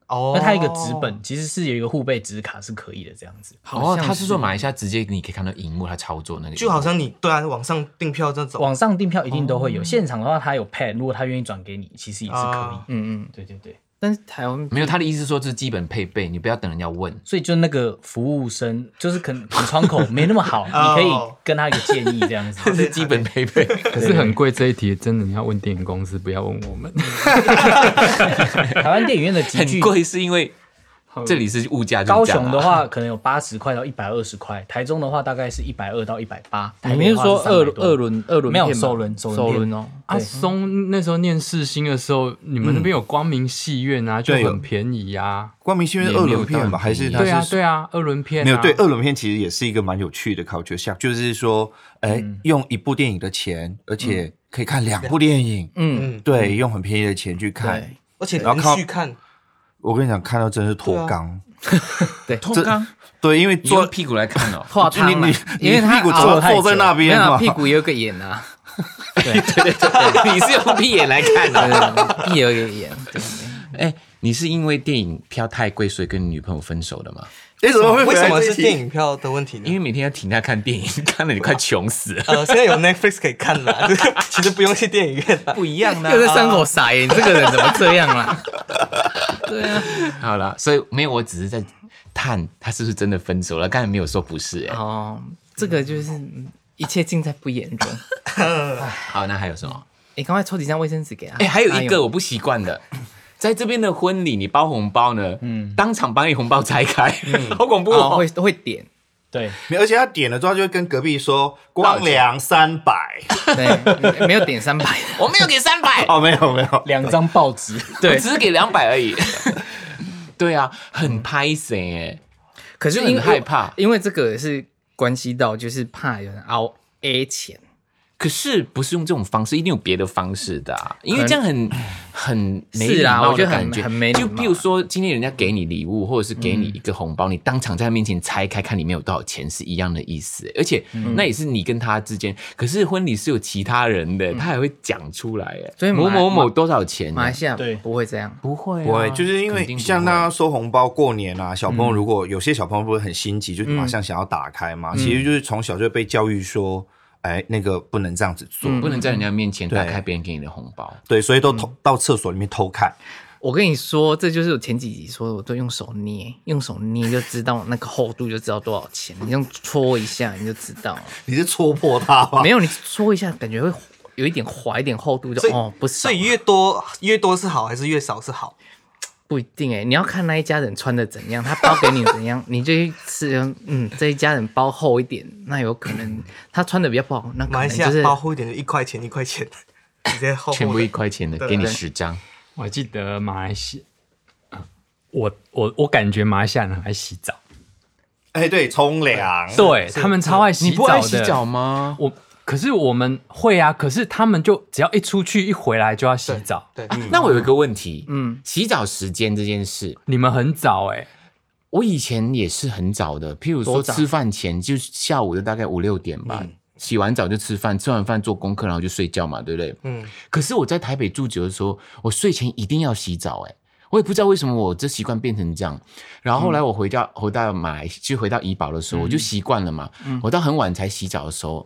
Speaker 7: 哦
Speaker 4: 那他有一个纸本其实是有一个互背纸卡是可以的，这样子。
Speaker 2: 哦，他是说马来西亚直接你可以看到荧幕，他操作那个荧幕，
Speaker 7: 就好像你对啊，网上订票这种，
Speaker 4: 网上订票一定都会有，现场的话他有 pad，如果他愿意转给你，其实也是可以
Speaker 7: 啊。
Speaker 4: 嗯嗯，对对对。
Speaker 3: 但是台湾
Speaker 2: 没有他的意思是说这是基本配备，你不要等人家问。
Speaker 4: 所以就那个服务生，就是可能窗口没那么 好，
Speaker 7: 哦
Speaker 4: 你可以跟他一个建议这样子。
Speaker 2: 这 是基本配备，
Speaker 5: 可是很贵这一题，真的你要问电影公司，不要问我们。
Speaker 4: 台湾电影院的集
Speaker 2: 很
Speaker 4: 聚
Speaker 2: 贵是因为这里是物价就
Speaker 4: 高
Speaker 2: 是这样啊。
Speaker 4: 雄的话 可能有八十块到一百二十块，台中的话大概是一百二到一百八。台
Speaker 3: 你
Speaker 4: 北
Speaker 3: 是
Speaker 4: 的话
Speaker 3: 说二
Speaker 4: 300多
Speaker 3: 二轮二轮
Speaker 4: 没有
Speaker 3: 片吗
Speaker 4: 首轮首轮
Speaker 3: 首
Speaker 4: 片
Speaker 3: 轮哦，
Speaker 5: 阿啊松那时候念世新的时候，你们那边有光明戏院啊，就
Speaker 6: 对有
Speaker 5: 很便宜啊。
Speaker 6: 光明戏院是二轮片吧？还是他
Speaker 5: 对啊，
Speaker 6: 是
Speaker 5: 对啊，二轮片啊
Speaker 6: 没有，对，二轮片其实也是一个蛮有趣的考究项，就是说，哎、用一部电影的钱，而且可以看两部电影，
Speaker 3: 嗯，
Speaker 7: 嗯，
Speaker 6: 对，用很便宜的钱去看
Speaker 3: 对。
Speaker 7: 而且
Speaker 6: 然后
Speaker 7: 连
Speaker 6: 靠
Speaker 7: 续看，
Speaker 6: 我跟你讲，看到真是脱肛，啊
Speaker 2: 通刚
Speaker 6: 对，因为
Speaker 2: 你用
Speaker 6: 坐
Speaker 2: 屁股来看哦，
Speaker 3: 泡
Speaker 6: 就你
Speaker 3: 汤嘛
Speaker 6: 你
Speaker 3: 因为
Speaker 6: 你
Speaker 3: 他
Speaker 6: 屁股
Speaker 3: 熬
Speaker 6: 坐
Speaker 3: 太久
Speaker 6: 坐在那边
Speaker 3: 没
Speaker 2: 啊
Speaker 3: 有
Speaker 6: 嘛
Speaker 3: 屁股也有个眼 啊，
Speaker 2: 你是用屁眼来看啊的。
Speaker 3: 对 对对，屁有个眼，对
Speaker 2: 哎，你是因为电影票太贵，所以跟女朋友分手的吗？
Speaker 6: 你怎么会
Speaker 7: 为什么是
Speaker 6: 影？
Speaker 7: 电影票的问题
Speaker 2: 因为
Speaker 7: 呢？
Speaker 2: 每天要请她看电影， 看了你快穷死了。
Speaker 7: 呃，现在有 Netflix 可以看了，就是 其实不用去电影院了。
Speaker 2: 不一样啊
Speaker 3: 又在伤口撒盐，你这个人怎么这样啊啦？
Speaker 2: 好了，所以没有，我只是在探他是不是真的分手了。刚才没有说不是、哎，
Speaker 3: 哦，这个就是嗯一切尽在不言中。
Speaker 2: 好，那还有什么？
Speaker 3: 你赶快抽几张卫生纸给他。
Speaker 2: 哎、还有
Speaker 3: 哎
Speaker 2: 一
Speaker 3: 呦
Speaker 2: 个我不习惯的，在这边的婚礼，你包红包呢，嗯，当场把你红包拆开，好恐怖
Speaker 3: 哦，
Speaker 2: 哦！
Speaker 3: 会会点，
Speaker 4: 对，
Speaker 6: 没有而且他点了之后，他就会跟隔壁说光良三百。
Speaker 3: 对，没有点 三百，
Speaker 2: 我没有给三百，
Speaker 6: 哦，没有没有，
Speaker 4: 两张报纸。
Speaker 2: 对，只是给两百而已。 对啊，很拍谁哎，
Speaker 3: 可是
Speaker 2: 就
Speaker 3: 因
Speaker 2: 很害
Speaker 3: 为
Speaker 2: 怕
Speaker 7: 嗯
Speaker 3: 因为这个是关系到就是怕有人熬 A 钱，
Speaker 2: 可是不是用这种方式，一定有别的方式的、啊，因为这样 很很没
Speaker 3: 是
Speaker 2: 礼
Speaker 3: 啊
Speaker 2: 貌
Speaker 3: 我觉
Speaker 2: 的
Speaker 3: 得很
Speaker 2: 感觉。
Speaker 3: 很没礼
Speaker 2: 就
Speaker 3: 貌
Speaker 2: 比如说，今天人家给你礼物，或者是给你一个红包，你当场在他面前拆开看里面有多少钱，是一样的意思。而且
Speaker 3: 嗯
Speaker 2: 那也是你跟他之间，可是婚礼是有其他人的，他还会讲出来。哎，
Speaker 3: 嗯所以马
Speaker 2: 某某某多少钱？
Speaker 3: 马来西亚
Speaker 4: 对
Speaker 3: 不会这样，
Speaker 2: 不会啊，
Speaker 6: 不会，就是因
Speaker 2: 肯定
Speaker 6: 为
Speaker 2: 不会嗯
Speaker 6: 像大家收红包过年啊，小朋友如果有些小朋友不会很心急，就马上想要打开嘛，
Speaker 2: 嗯
Speaker 6: 其实就是从小就被教育说，哎，那个不能这样子做，
Speaker 2: 不能在人家面前打
Speaker 6: 对
Speaker 2: 开别人给你的红包。
Speaker 6: 对，所以都偷到厕所里面偷看，
Speaker 3: 我跟你说，这就是我前几集说的，我都用手捏，用手捏就知道那个厚度，就知道多少钱。你用搓一下，你就知道 了。
Speaker 6: 你是戳破它吧
Speaker 3: 没？有，你搓一下，感觉会有一点滑，一点厚度，
Speaker 7: 所
Speaker 3: 就
Speaker 7: 以
Speaker 3: 哦，不是，
Speaker 7: 所以越多越多是好，还是越少是好？
Speaker 3: 不一定哎、你要看那一家人穿的怎样，他包给你怎 样，你就去吃。嗯，这一家人包厚一点，那有可能他穿的比较不好，那可
Speaker 7: 马
Speaker 3: 能
Speaker 7: 来西亚
Speaker 3: 就是
Speaker 7: 包厚一点就一块钱一块钱，直接厚厚的
Speaker 2: 全部一块钱的，
Speaker 7: 对
Speaker 2: 给你
Speaker 7: 对
Speaker 2: 十张。
Speaker 5: 我还记得马来西我我我感觉马来西亚人爱洗澡，
Speaker 6: 哎，对，冲凉，
Speaker 5: 对他们超爱洗
Speaker 2: 你
Speaker 5: 澡的。
Speaker 2: 不爱洗澡吗？
Speaker 5: 我可是我们会啊，可是他们就只要一出去一回来就要洗澡。
Speaker 7: 对，
Speaker 2: 啊那我有一个问题，
Speaker 3: 嗯
Speaker 2: 嗯，洗澡时间这件事，
Speaker 5: 你们很早哎、
Speaker 2: 我以前也是很早的，譬如
Speaker 3: 多
Speaker 2: 说
Speaker 3: 早
Speaker 2: 吃饭前就下午的大概五六点吧，洗完澡就吃饭，吃完饭做功课，然后就睡觉嘛，对不对？
Speaker 7: 嗯，
Speaker 2: 可是我在台北住久的时候，我睡前一定要洗澡、欸，我也不知道为什么我这习惯变成这样。然后后来我回到回到马来，就回到怡保的时候，我就习惯了嘛。我到很晚才洗澡的时候，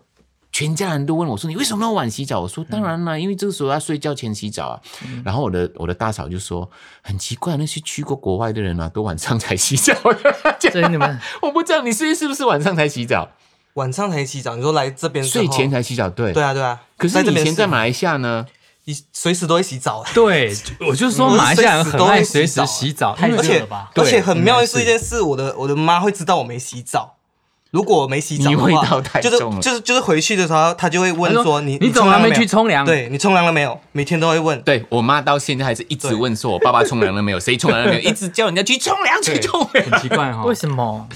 Speaker 2: 全家人都问我说：“你为什么那么晚洗澡？”我说：“当然啦，因为这个时候要睡觉前洗澡啊。”
Speaker 7: 嗯
Speaker 2: 然后我的我的大嫂就说：“很奇怪，那些去过国外的人啊，都晚上才洗澡。
Speaker 3: 真的吗？
Speaker 2: 我不知道你是是不是晚上才洗澡，
Speaker 7: 晚上才洗澡，你说来这边之后
Speaker 2: 睡前才洗澡，对。
Speaker 7: 对啊对啊，
Speaker 2: 可是
Speaker 7: 这
Speaker 2: 你以
Speaker 7: 边
Speaker 2: 前在
Speaker 7: 是
Speaker 2: 马来西亚呢？
Speaker 7: 你随时都会洗澡，啊
Speaker 5: 对，我就说
Speaker 7: 我是
Speaker 5: 马来西亚人
Speaker 7: 随时
Speaker 5: 很
Speaker 7: 都
Speaker 5: 爱
Speaker 7: 会
Speaker 5: 随
Speaker 7: 洗澡
Speaker 5: 时
Speaker 7: 啊
Speaker 5: 洗澡，
Speaker 4: 太
Speaker 5: 因为
Speaker 7: 而
Speaker 4: 热
Speaker 7: 且
Speaker 4: 了吧
Speaker 7: 而且
Speaker 5: 对
Speaker 7: 很妙的是一件事，我的我的妈会知道我没洗澡。如果我没洗澡的话，
Speaker 2: 你味道太
Speaker 7: 就是
Speaker 2: 重了
Speaker 7: 就是就是回去的时候，她就会问
Speaker 5: 他
Speaker 7: 说你
Speaker 5: 你怎
Speaker 7: 冲
Speaker 5: 么
Speaker 7: 凉
Speaker 5: 还
Speaker 7: 了
Speaker 5: 没
Speaker 7: 有
Speaker 5: 去？冲凉？，
Speaker 7: 对你冲凉了没有？每天都会问。
Speaker 2: 对我妈到现在还是一直问说我爸爸冲凉了 没有，谁冲凉了没有，一直叫人家去冲凉去冲凉。
Speaker 5: 很奇怪哦 哈、
Speaker 3: 为什么？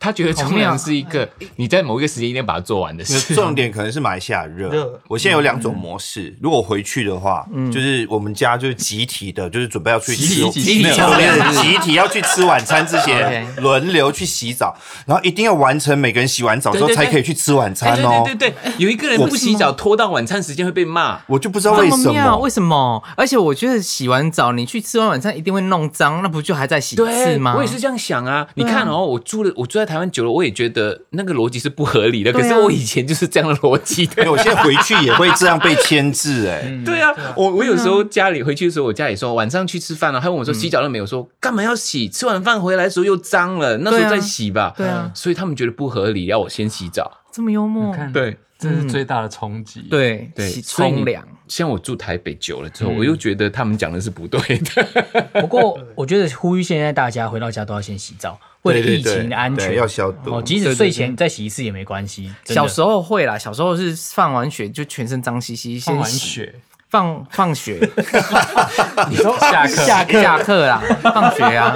Speaker 2: 她觉得冲凉是一个你在某一个时间一定要把它做完的事。
Speaker 6: 重点可能是马来西亚热。
Speaker 7: 热
Speaker 6: 我现在有两种模式，如果回去的话，就是我们家就是集体的，就是准备要去
Speaker 5: 集体
Speaker 6: 吃
Speaker 5: 集体
Speaker 6: 没有
Speaker 5: 冲凉
Speaker 6: 没有集体要去吃晚餐之前
Speaker 3: OK
Speaker 6: 轮流去洗澡，然后一定要完成每个人洗完澡之后
Speaker 2: 对对对
Speaker 6: 才可以去吃晚
Speaker 2: 哎
Speaker 6: 餐
Speaker 2: 对
Speaker 6: 哦。
Speaker 2: 对对对，有一个人不洗澡拖到晚餐时间会被骂。
Speaker 6: 我就不知道
Speaker 3: 这
Speaker 6: 为
Speaker 3: 么
Speaker 6: 什
Speaker 3: 妙？为
Speaker 6: 么。
Speaker 3: 什么？而且我觉得洗完澡，你去吃完晚餐一定会弄脏，那不就还在洗一次
Speaker 2: 对，
Speaker 3: 吗？
Speaker 2: 我也是这样想啊。你看哦，我住了，我住在台湾久了，我也觉得那个逻辑是不合理的。可是
Speaker 3: 对啊
Speaker 2: 我以前就是这样的逻辑的
Speaker 6: 因 为。我现在回去也会这样被牵制哎、
Speaker 2: 对啊，我我有时候家里回去的时候，我家里说晚上去吃饭了、啊，他问我说洗澡了没有？我说干嘛要洗？吃完饭回来的时候又脏了，那时候再洗吧。
Speaker 3: 对啊
Speaker 2: 所以他们觉得不合理，啊要我先洗澡。
Speaker 3: 这么幽默，
Speaker 5: 看，
Speaker 2: 对
Speaker 5: 这是最大的冲击。，
Speaker 3: 对
Speaker 2: 对，
Speaker 3: 嗯洗
Speaker 2: 所以你
Speaker 3: 冲凉，嗯
Speaker 2: 像我住台北久了之后，我又觉得他们讲的是不对的。
Speaker 4: 不过我觉得呼吁现在大家回到家都要先洗澡，为了
Speaker 6: 对
Speaker 4: 疫
Speaker 6: 对
Speaker 4: 情的安
Speaker 6: 对
Speaker 4: 全
Speaker 6: 要消毒。
Speaker 4: 哦，即使睡前再洗一次也没关系。真的
Speaker 3: 小时候会啦，小时候是放完学就全身脏兮兮，
Speaker 5: 放
Speaker 3: 先
Speaker 5: 完
Speaker 3: 洗
Speaker 5: 雪，
Speaker 3: 放放学
Speaker 5: 你说下课，
Speaker 3: 下课下课啦，放学啊，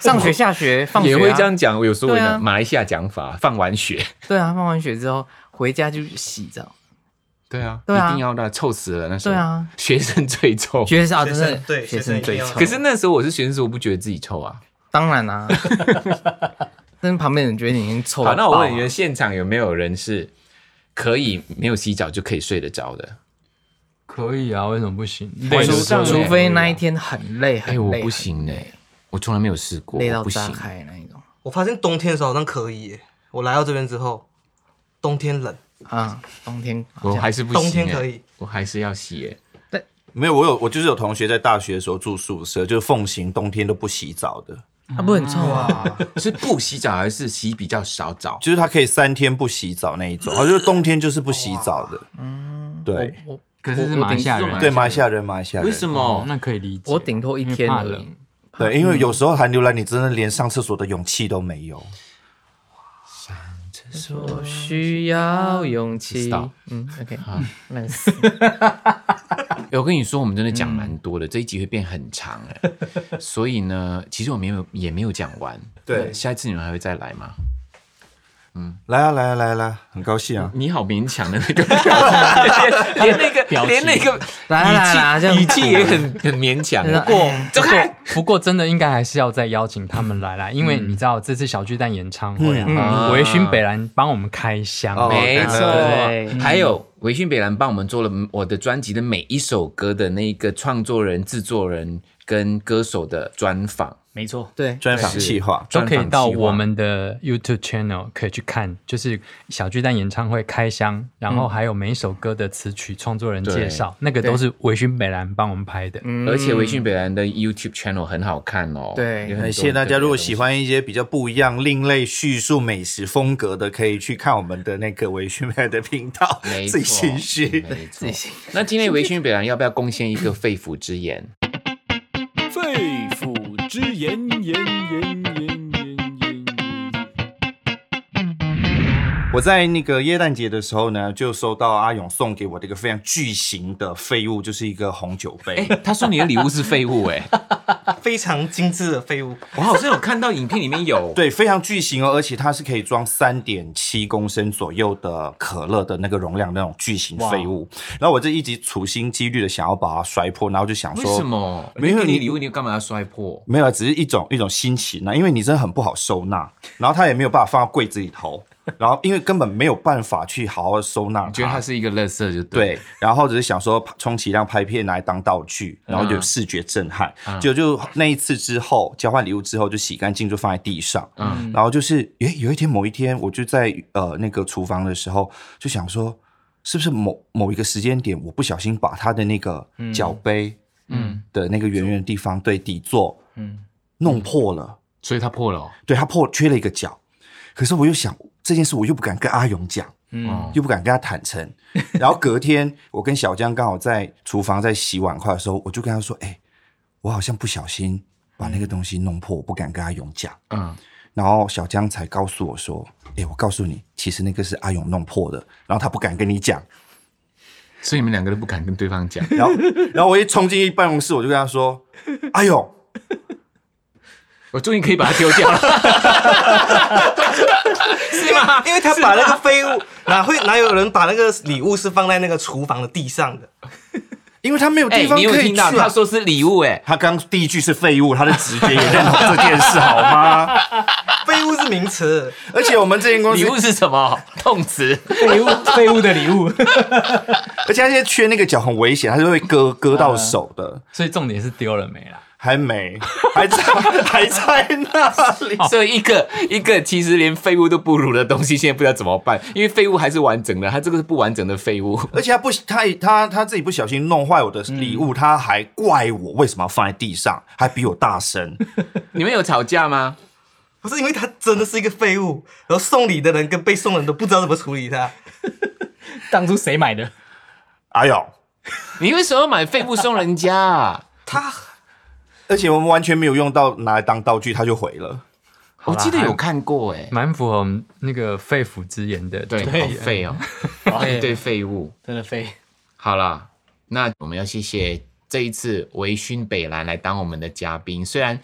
Speaker 3: 上学下学放学、
Speaker 2: 也
Speaker 3: 啊、
Speaker 2: 会这样讲，我有时候会
Speaker 3: 对啊
Speaker 2: 拿马来西亚讲法，放完血。
Speaker 3: 对啊，放完学之后回家就洗澡，
Speaker 2: 对啊，
Speaker 3: 对啊
Speaker 2: 一定要的，臭死了那时候。
Speaker 3: 对啊，
Speaker 2: 学生最臭。
Speaker 3: 学生啊，真的
Speaker 7: 学生对
Speaker 3: 学
Speaker 7: 学生
Speaker 3: 生
Speaker 7: 一定
Speaker 3: 最
Speaker 7: 要
Speaker 3: 臭，
Speaker 2: 可是那时候我是学生时候，我不觉得自己臭啊。
Speaker 3: 当然啦、 但是旁边人觉得你已经臭
Speaker 2: 好，那
Speaker 3: 到爆啊、
Speaker 2: 我问你们，现场有没有人是可以没有洗澡就可以睡得着的？
Speaker 5: 可以啊，为什么不行？
Speaker 2: 对
Speaker 5: 除
Speaker 2: 除上
Speaker 3: 除非那一天很累，
Speaker 2: 哎、
Speaker 3: 很累，
Speaker 2: 我
Speaker 3: 很
Speaker 2: 不行哎、
Speaker 3: 累
Speaker 2: 我从来没有试过，
Speaker 3: 累
Speaker 2: 我
Speaker 3: 到
Speaker 2: 不
Speaker 3: 炸
Speaker 2: 行。欸
Speaker 3: 开那一种
Speaker 7: 我发现冬天的时候好像可以耶，我来到这边之后，冬天冷，
Speaker 3: 啊，冬天好
Speaker 2: 我
Speaker 3: 像
Speaker 2: 还是不行、
Speaker 7: 冬天可
Speaker 2: 以，
Speaker 7: 以，
Speaker 2: 我还是要洗、欸。
Speaker 6: 没有，我有我就是有同学在大学的时候住宿舍，就是奉行冬天都不洗澡的，
Speaker 3: 啊不很臭啊，
Speaker 2: 是不洗澡还是洗比较少澡？
Speaker 6: 就是他可以三天不洗澡那一种，啊，就是冬天就是不洗澡的。对
Speaker 3: 我
Speaker 5: 可是是马来西亚
Speaker 2: 我我
Speaker 5: 人，
Speaker 6: 对，马来西亚人，马来西亚人
Speaker 2: 为什
Speaker 5: 哦
Speaker 2: 么，？
Speaker 5: 那可以理解。
Speaker 3: 我顶多一
Speaker 5: 因为
Speaker 3: 天
Speaker 5: 怕
Speaker 3: 而已
Speaker 5: 冷。
Speaker 6: 对，因为有时候寒流来，你真的连上厕所的勇气都没有。
Speaker 3: 我需要勇气
Speaker 2: 道。啊
Speaker 3: 嗯，OK，烂死。
Speaker 2: 欸我跟你说，我们真的讲蛮多的，这一集会变很长哎、所以呢，其实我没有也没有讲完。
Speaker 6: 对
Speaker 2: 下一次你们还会再来吗？
Speaker 6: 来啊来啊来啊来啊，很高兴啊！
Speaker 2: 你好勉强的那 个表情，连那个连那个
Speaker 3: 来啊来啊，这样
Speaker 2: 语气也很很勉强。欸
Speaker 3: 不过
Speaker 5: 不过不过真的应该还是要再邀请他们来啦，因为你知道这次小巨蛋演唱会啊，
Speaker 2: 嗯
Speaker 5: 维勋北兰帮我们开箱，
Speaker 6: 哦
Speaker 2: 没错
Speaker 3: 对，
Speaker 2: 还有维讯北兰帮我们做了我的专辑的每一首歌的那个创作人、制作人跟歌手的专访，
Speaker 4: 没错，
Speaker 3: 对，
Speaker 6: 专访
Speaker 2: 是
Speaker 6: 企划，
Speaker 5: 都可以
Speaker 2: 专访
Speaker 5: 到
Speaker 2: 计划
Speaker 5: 我们的 YouTube channel 可以去看，就是小巨蛋演唱会开箱，然后还有每一首歌的词曲创作人介绍，那个都是维勋北兰帮我们拍的。
Speaker 2: 而且维讯北兰的 YouTube channel 很好看哦。
Speaker 3: 对
Speaker 2: 有很多
Speaker 6: 感哎谢大
Speaker 2: 特别
Speaker 6: 家。
Speaker 2: 的
Speaker 6: 如果
Speaker 2: 东西
Speaker 6: 喜欢一些比较不一样、另类叙述美食风格的，可以去看我们的那个微醺妹的频道
Speaker 2: 没，错嗯
Speaker 6: 自己心虚。
Speaker 2: 没错
Speaker 3: 己心。
Speaker 2: 那今天维讯北兰要不要贡献一个肺腑之言？
Speaker 1: 肺腑之言，言言言言言言言。
Speaker 6: 我在那个耶诞节的时候呢，就收到阿勇送给我的一个非常巨型的废物，就是一个红酒杯。
Speaker 2: 他说你的礼物是废物、哎，
Speaker 7: 非常精致的废物，
Speaker 2: 我好像有看到影片里面有。
Speaker 6: 对，非常巨型哦，而且它是可以装三点七公升左右的可乐的那个容量那种巨型废物。然后我这一直处心积虑的想要把它摔破，然后就想
Speaker 2: 为
Speaker 6: 说，
Speaker 2: 什么？
Speaker 6: 没有
Speaker 2: 人家给你
Speaker 6: 你
Speaker 2: 礼物，你干嘛要摔破？
Speaker 6: 没有啊，只是一种一种心情啊，因为你真的很不好收纳，然后它也没有办法放到柜子里头，然后因为根本没有办法去好好收纳
Speaker 2: 你觉得它
Speaker 6: 它。
Speaker 2: 是一个垃圾就对了。
Speaker 6: 对，然后只是想说充其量拍片拿来当道具，
Speaker 2: 啊
Speaker 6: 然后有视觉震撼。就就那一次之后，交换礼物之后就洗干净，就放在地上。嗯，然后就是诶，有一天某一天，我就在呃那个厨房的时候，就想说，是不是某某一个时间点，我不小心把他的那个脚杯，嗯的那个圆圆的地方，对底座，嗯，弄破了。
Speaker 2: 所以它破了、哦。
Speaker 6: 对他破缺了一个角，可是我又想这件事，我又不敢跟阿勇讲，
Speaker 2: 嗯
Speaker 6: 嗯，又不敢跟他坦诚。 然后隔天，我跟小江刚好在厨房在洗碗筷的时候，我就跟他说：“哎、我好像不小心把那个东西弄破，我不敢跟阿勇讲。”
Speaker 2: 嗯，
Speaker 6: 然后小江才告诉我说：“哎、我告诉你，其实那个是阿勇弄破的，然后他不敢跟你讲。”
Speaker 2: 所以你们两个都不敢跟对方讲。
Speaker 6: 然后， 然后我一冲进办公室，我就跟他说：“阿勇，
Speaker 2: 我终于可以把它丢 掉了。
Speaker 7: 是吗？因为他把那个废物哪会哪有人把那个礼物是放在那个厨房的地上的？
Speaker 6: 因为他没有地方
Speaker 2: 哎欸你有
Speaker 6: 可以
Speaker 2: 听
Speaker 6: 去、
Speaker 2: 到
Speaker 6: 啊。
Speaker 2: 他说是礼物、哎，
Speaker 6: 他刚第一句是废物，他的直觉也认同这件事，好 吗？
Speaker 7: 废物是名词，
Speaker 6: 而且我们这间公司
Speaker 2: 礼，物是什么？ 动词。
Speaker 4: 废物废物的礼物，
Speaker 6: 而且他现在缺那个脚很危险，他是会割割到手的，
Speaker 5: 所以重点是丢了没啦？
Speaker 6: 还没，还在 还在那里。
Speaker 2: 所以一个一个其实连废物都不如的东西，现在不知道怎么办，因为废物还是完整的，它这个是不完整的废物。
Speaker 6: 而且他不，他他他自己不小心弄坏我的礼
Speaker 2: 嗯
Speaker 6: 物，他还怪我为什么要放在地上，还比我大声。
Speaker 2: 你们有吵架吗？
Speaker 7: 不是因为他真的是一个废物，然后送礼的人跟被送的人都不知道怎么处理他。
Speaker 4: 当初谁买的？
Speaker 6: 哎呦，
Speaker 2: 你为什么要买废物送人家、 啊？
Speaker 7: 他
Speaker 6: 而且我们完全没有用到拿来当道具，他就毁了。
Speaker 2: 我记得有看过、哎，
Speaker 5: 蛮符合我们那个肺腑之言的。
Speaker 2: 对，好废 哦，一堆废物。
Speaker 4: 真的废。
Speaker 2: 好啦，那我们要谢谢这一次维勋北兰来当我们的嘉宾，虽然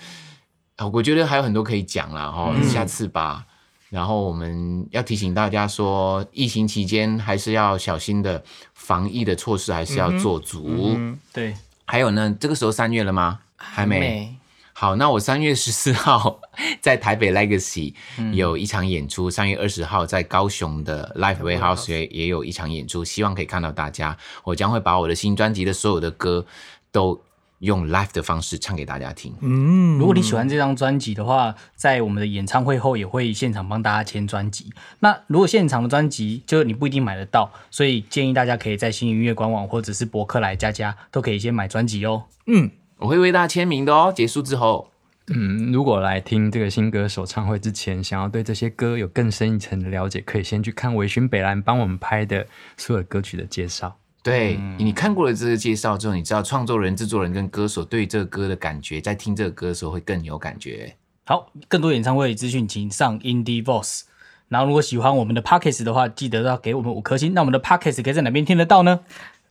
Speaker 2: 呃我觉得还有很多可以讲啦哈，下次吧。然后我们要提醒大家说，疫情期间还是要小心的，防疫的措施还是要做足。
Speaker 4: 嗯，对，
Speaker 2: 还有呢，这个时候三月了吗？还没。
Speaker 3: 美
Speaker 2: 好，那我三月十四号 在台北 Legacy 有一场演出，三、月二十号在高雄的 Live Warehouse 也也有一场演出，希望可以看到大家。我将会把我的新专辑的所有的歌都用 live 的方式唱给大家听。
Speaker 3: 嗯
Speaker 4: 如果你喜欢这张专辑的话，在我们的演唱会后也会现场帮大家签专辑。那如果现场的专辑就是你不一定买得到，所以建议大家可以在新音乐官网或者是博客来佳佳都可以先买专辑哦。
Speaker 2: 我会为大家签名的哦。结束之后，
Speaker 5: 嗯，如果来听这个新歌首唱会之前，想要对这些歌有更深一层的了解，可以先去看维勋北兰帮我们拍的所有歌曲的介绍。
Speaker 2: 对、你看过了这个介绍之后，你知道创作人、制作人跟歌手对这个歌的感觉，在听这个歌的时候会更有感觉。
Speaker 4: 好，更多演唱会资讯请上 Indie Voice。然后，如果喜欢我们的 Pockets 的话，记得要给我们五颗星。那我们的 Pockets 可以在哪边听得到呢？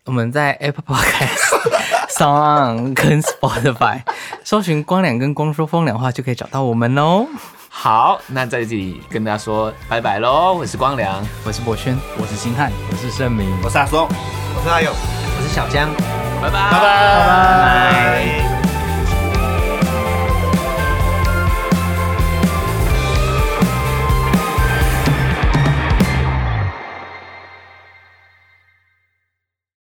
Speaker 3: 我们在 Apple Podcast、Sound On 跟 Spotify 搜寻“光良”跟“光说风凉话”就可以找到我们哦。
Speaker 2: 好，那在这里跟大家说拜拜喽！我是光良，
Speaker 4: 我是博轩，我是星汉，
Speaker 5: 我是盛明。
Speaker 6: 我是阿松。
Speaker 7: 我是阿勇。
Speaker 8: 我是小江。
Speaker 2: 拜拜拜拜。
Speaker 7: 拜